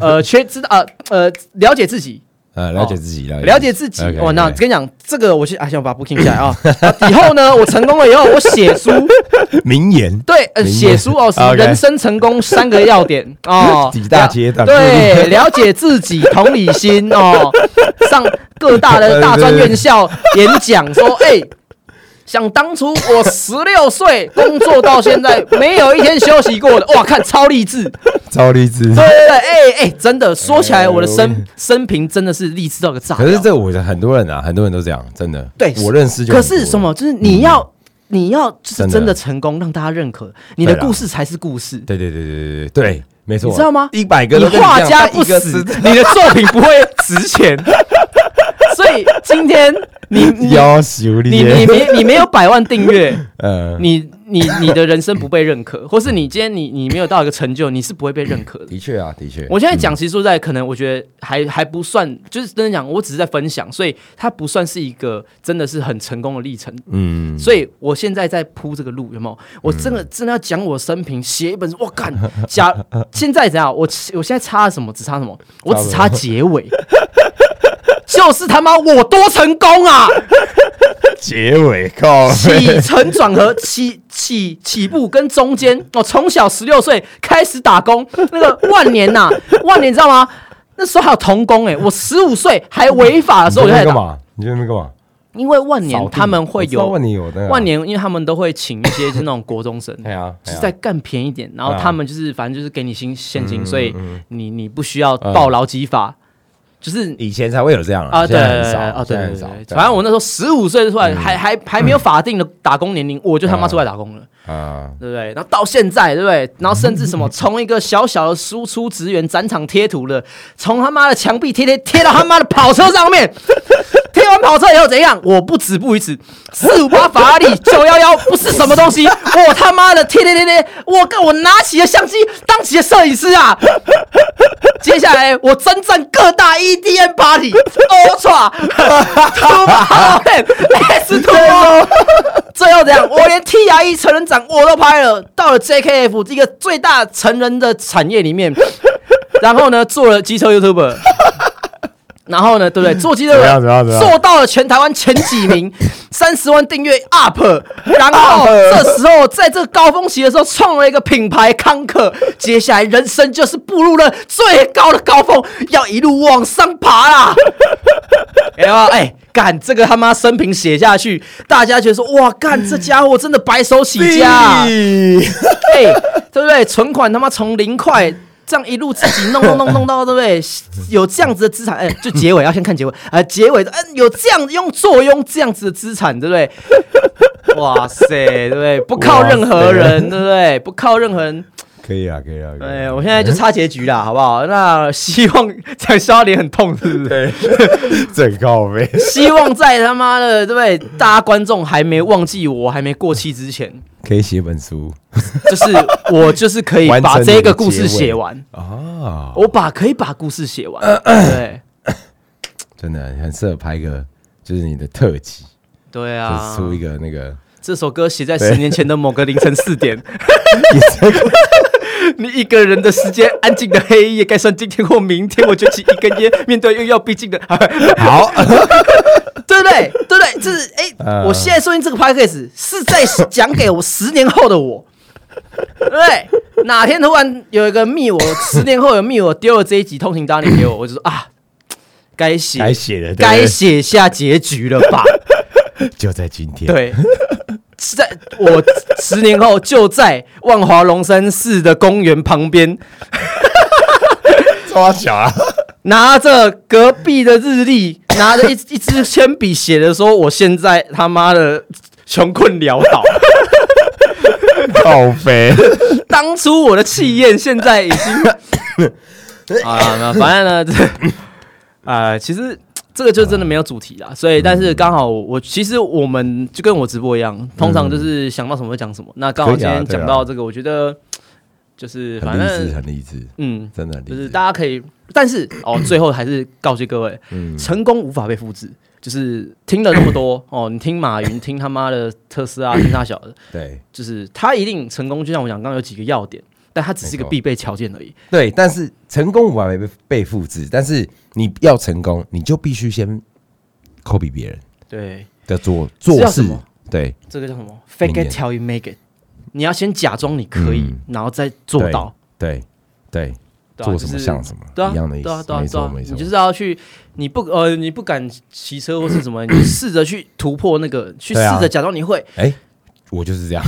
Speaker 1: 呃，缺知道啊，呃，了解自己，
Speaker 2: 呃，了解自己，
Speaker 1: 哦了解自己。
Speaker 2: OK，OK
Speaker 1: 哇，那跟你讲，这个我去，哎，先把它 booking 下来啊。啊以后呢， 我成功了以后，我写书，
Speaker 2: 名言，
Speaker 1: 对，呃，
Speaker 2: 明白啊
Speaker 1: 写书哦，是
Speaker 2: OK
Speaker 1: 人生成功三个要点 哦，
Speaker 2: 几大阶段
Speaker 1: 对，了解自己，同理心 哦，上各大的大专院校演讲说，哎、想当初我十六岁工作到现在，没有一天休息过的，哇，看超励 志，对
Speaker 2: 超励志。
Speaker 1: 对对，哎、哎、真的说起来，我的
Speaker 2: 哎
Speaker 1: 生生平真的是励志到个炸掉。
Speaker 2: 可是这我觉得很多人啊，很多人都这样，真的。
Speaker 1: 对
Speaker 2: 我认识就
Speaker 1: 可
Speaker 2: 很多嗯
Speaker 1: 是什么？就是你要你要就是
Speaker 2: 真的
Speaker 1: 真的成功，让大家认可你的
Speaker 2: 对啦
Speaker 1: 故事才是故事。
Speaker 2: 对对对对对对对，没错，
Speaker 1: 你知道吗
Speaker 2: 一百个
Speaker 1: 你
Speaker 2: 都跟
Speaker 1: 画
Speaker 2: 一样
Speaker 1: 家
Speaker 2: 但
Speaker 1: 不
Speaker 2: 一个
Speaker 1: 死
Speaker 2: 是，
Speaker 1: 你的作品不会值钱。 所以今天 你你
Speaker 2: 要求
Speaker 1: 你你没你没有百万订 阅，
Speaker 2: 嗯，
Speaker 1: 你你你的人生不被认可，或是你今天你你没有到一个成就，你是不会被认可的。
Speaker 2: 的确啊，的确，
Speaker 1: 我现在讲，其实说实在，可能我觉得还还不算，就是真的讲，我只是在分享，所以它不算是一个真的是很成功的历程。
Speaker 2: 嗯，
Speaker 1: 所以我现在在铺这个路，有没有？我真的真的要讲我生平，写一本书，我干， 假现在怎样？我我现在差了什么？只差什么？我只差结尾， 就是他妈我多成功 啊！
Speaker 2: 哦结尾靠
Speaker 1: 起承转合，起起起步跟中间，我从小十六岁开始打工，那个万年呐、万年你知道吗？那时候还有童工哎、我十五岁还违法啊的时候我就
Speaker 2: 你在那
Speaker 1: 在
Speaker 2: 边干
Speaker 1: 打，
Speaker 2: 嘛？你在那边干嘛？
Speaker 1: 因为万年
Speaker 2: 扫地
Speaker 1: 他们会
Speaker 2: 我知道
Speaker 1: 有
Speaker 2: 万年有那个啊，
Speaker 1: 万，年，因为他们都会请一些就是那种国中生
Speaker 2: 对啊，
Speaker 1: 就是
Speaker 2: 对
Speaker 1: 再
Speaker 2: 啊
Speaker 1: 更便宜点，然后
Speaker 2: 对啊
Speaker 1: 他们就是反正就是给你新现金，所以
Speaker 2: 嗯
Speaker 1: 你你不需要报劳基法，就是
Speaker 2: 以前才会有这样
Speaker 1: 啊，
Speaker 2: 嗯
Speaker 1: 对
Speaker 2: 现在很少
Speaker 1: 啊，对
Speaker 2: 现在
Speaker 1: 对
Speaker 2: 很
Speaker 1: 对
Speaker 2: 少，嗯
Speaker 1: 对，反正我那时候十五岁出来，还还还没有法定的打工年龄，我就他妈出来打工了，
Speaker 2: 我啊，
Speaker 1: 对不对？然后到现在，对不对？然后甚至什么，从一个小小的输出职员展场贴图的，从他妈的墙壁贴贴贴到他妈的跑车上面，贴完跑车以后怎样？我不止步于此，四五八法拉利九幺幺不是什么东西，我他妈的贴贴贴贴，我跟我拿起了相机，当起了摄影师啊！接下来我征战各大 E EDM party、Ultra、Two Power、S Two，最后怎样？我连 TRE 成人展我都拍了，到了 JKF 一个最大成人的产业里 面，然后呢，做了机车 YouTuber。然后呢，对不对？做机车
Speaker 2: 怎么样怎么样怎么样
Speaker 1: 做到了全台湾前几 名，三十万订阅 up，然后这时候在这个高峰期的时候创了一个品牌康可，接下来人生就是步入了最高的高峰，要一路往上爬啦。然后哎，干这个他妈生平写下去，大家觉得说哇，干这家伙真的白手起家啊、哎、对不对？存款他妈从零块这样一路自己弄弄弄弄到，对不对？有这样子的资产，哎、就结尾要先看结尾，啊，结尾，嗯、有这样用坐拥这样子的资产，对不对？哇塞，对不对？不靠任何人，对不对？不靠任何人，
Speaker 2: 可以啊，可以啊，可以
Speaker 1: 哎，
Speaker 2: 啊。
Speaker 1: 我现在就差结局啦，好不好？那希望这样笑脸很痛，是不是？
Speaker 2: 对， 整靠背，
Speaker 1: 希望在他妈的，对不对？大家观众还没忘记我，还没过气之前，
Speaker 2: 可以写本书
Speaker 1: 就是我就是可以
Speaker 2: 完成
Speaker 1: 把
Speaker 2: 你的
Speaker 1: 这个故事呃
Speaker 2: 结尾
Speaker 1: 写完。
Speaker 2: 啊！
Speaker 1: 我把可以把故事写完，对
Speaker 2: 真的很适合拍个，就是你的特辑，
Speaker 1: 对
Speaker 2: 就是
Speaker 1: 啊，
Speaker 2: 出一个那个，
Speaker 1: 这首歌写在十年前的某个凌晨四 点， 你一个人的时间，安静的黑夜，该算今天或明天。我卷起一根烟，面对又要逼近的，
Speaker 2: 好，
Speaker 1: 对不对？对不对？这 是哎、
Speaker 2: 呃
Speaker 1: 我现在收听这个 podcast 是在讲给我十年后的我，对不对？哪天突然有一个密我，十年后有密我丢了这一集通勤达理给我，我就说啊，该
Speaker 2: 该
Speaker 1: 写
Speaker 2: 写的，对
Speaker 1: 该写下结局了 吧？
Speaker 2: 就在今天，
Speaker 1: 对，是在我十年后就在万华龙山寺的公园旁边，
Speaker 2: 抓小啊，
Speaker 1: 拿着隔壁的日历，拿着一 一支铅笔写的说，我现在他妈的穷困潦倒。
Speaker 2: 靠背，
Speaker 1: 当初我的气焰，现在已经 啊，那反正呢，这 啊、其实这个就真的没有主题啦。所以，但是刚好我我其实我们就跟我直播一样，通常就是想到什么就讲什么。那刚好
Speaker 2: 可以
Speaker 1: 今
Speaker 2: 啊
Speaker 1: 天
Speaker 2: 对啊
Speaker 1: 讲到这个，我觉得就是
Speaker 2: 很
Speaker 1: 反
Speaker 2: 励志，
Speaker 1: 正
Speaker 2: 很励志，
Speaker 1: 嗯，
Speaker 2: 真的很励
Speaker 1: 就是
Speaker 2: 志。
Speaker 1: 大家可以，但是哦，最后还是告诫各位，成功无法被复制。就是听了那么多哦，你听马云，听他妈的特斯拉，听他小的，
Speaker 2: 对
Speaker 1: 就是他一定成功，就像我讲刚刚有几个要点，但他只是一个
Speaker 2: 没错
Speaker 1: 必备条件而已。
Speaker 2: 对，但是成功无法被被复制，但是你要成功，你就必须先 copy 别人
Speaker 1: 对，
Speaker 2: 的做
Speaker 1: 这
Speaker 2: 做
Speaker 1: 叫什
Speaker 2: 事
Speaker 1: 么，
Speaker 2: 对，
Speaker 1: 这个叫什么
Speaker 2: 明
Speaker 1: ？Fake
Speaker 2: 年
Speaker 1: it till you make it。你要先假装你可以，
Speaker 2: 嗯
Speaker 1: 然后再做到。
Speaker 2: 对对，
Speaker 1: 对啊
Speaker 2: 做什
Speaker 1: 就是
Speaker 2: 么像什么
Speaker 1: 对啊，
Speaker 2: 一样的意
Speaker 1: 对啊，
Speaker 2: 思
Speaker 1: 对啊，
Speaker 2: 没
Speaker 1: 对
Speaker 2: 错
Speaker 1: 啊，
Speaker 2: 没
Speaker 1: 你
Speaker 2: 错
Speaker 1: 就是要去，你不呃，你 不敢骑车或是什么，你试着去突破那个，去试
Speaker 2: 对啊
Speaker 1: 着假装你会，
Speaker 2: 哎，我就是这样，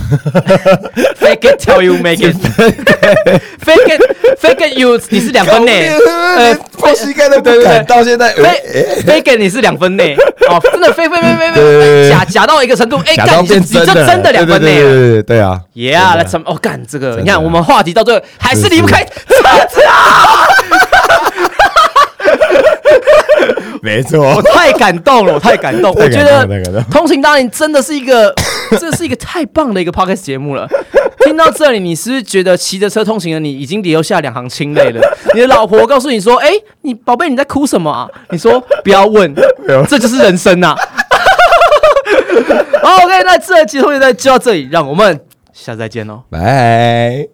Speaker 1: Fake it till you make it。Fake it, fake it you，你是 两分内。
Speaker 2: 呃，破膝盖都不敢，到现在，哎，
Speaker 1: fake fake it 你是两分内。哦，真的 fake fake fake fake
Speaker 2: 对对对
Speaker 1: fake 假假到一个程度，哎，
Speaker 2: 假
Speaker 1: 干
Speaker 2: 装
Speaker 1: 你这
Speaker 2: 变
Speaker 1: 你
Speaker 2: 真
Speaker 1: 这
Speaker 2: 的，
Speaker 1: 真的两分
Speaker 2: 对
Speaker 1: 内
Speaker 2: 对
Speaker 1: 了。
Speaker 2: 对对对啊，
Speaker 1: Yeah，
Speaker 2: 真的
Speaker 1: 来什么？哦，干这个，
Speaker 2: 的
Speaker 1: 你看我们话题到最后还是离不开车子啊！
Speaker 2: 没 错
Speaker 1: 我，太感动了，我太感动。
Speaker 2: 哦 太
Speaker 1: 我
Speaker 2: 感
Speaker 1: 觉
Speaker 2: 动了
Speaker 1: 得
Speaker 2: 太感动了
Speaker 1: 《通行达人》真的是一个， 这是一个太棒的一个 podcast 节目了。听到这里，你是不是觉得骑着车通行的你已经留下两行清泪了？你的老婆告诉你说：“哎、你宝贝，你在哭什么啊？”你说：“不要问
Speaker 2: 不要问，
Speaker 1: 这就是人生啊 呐、好，OK，那这期同学呢就到这里，让我们下次再见喽。
Speaker 2: 拜。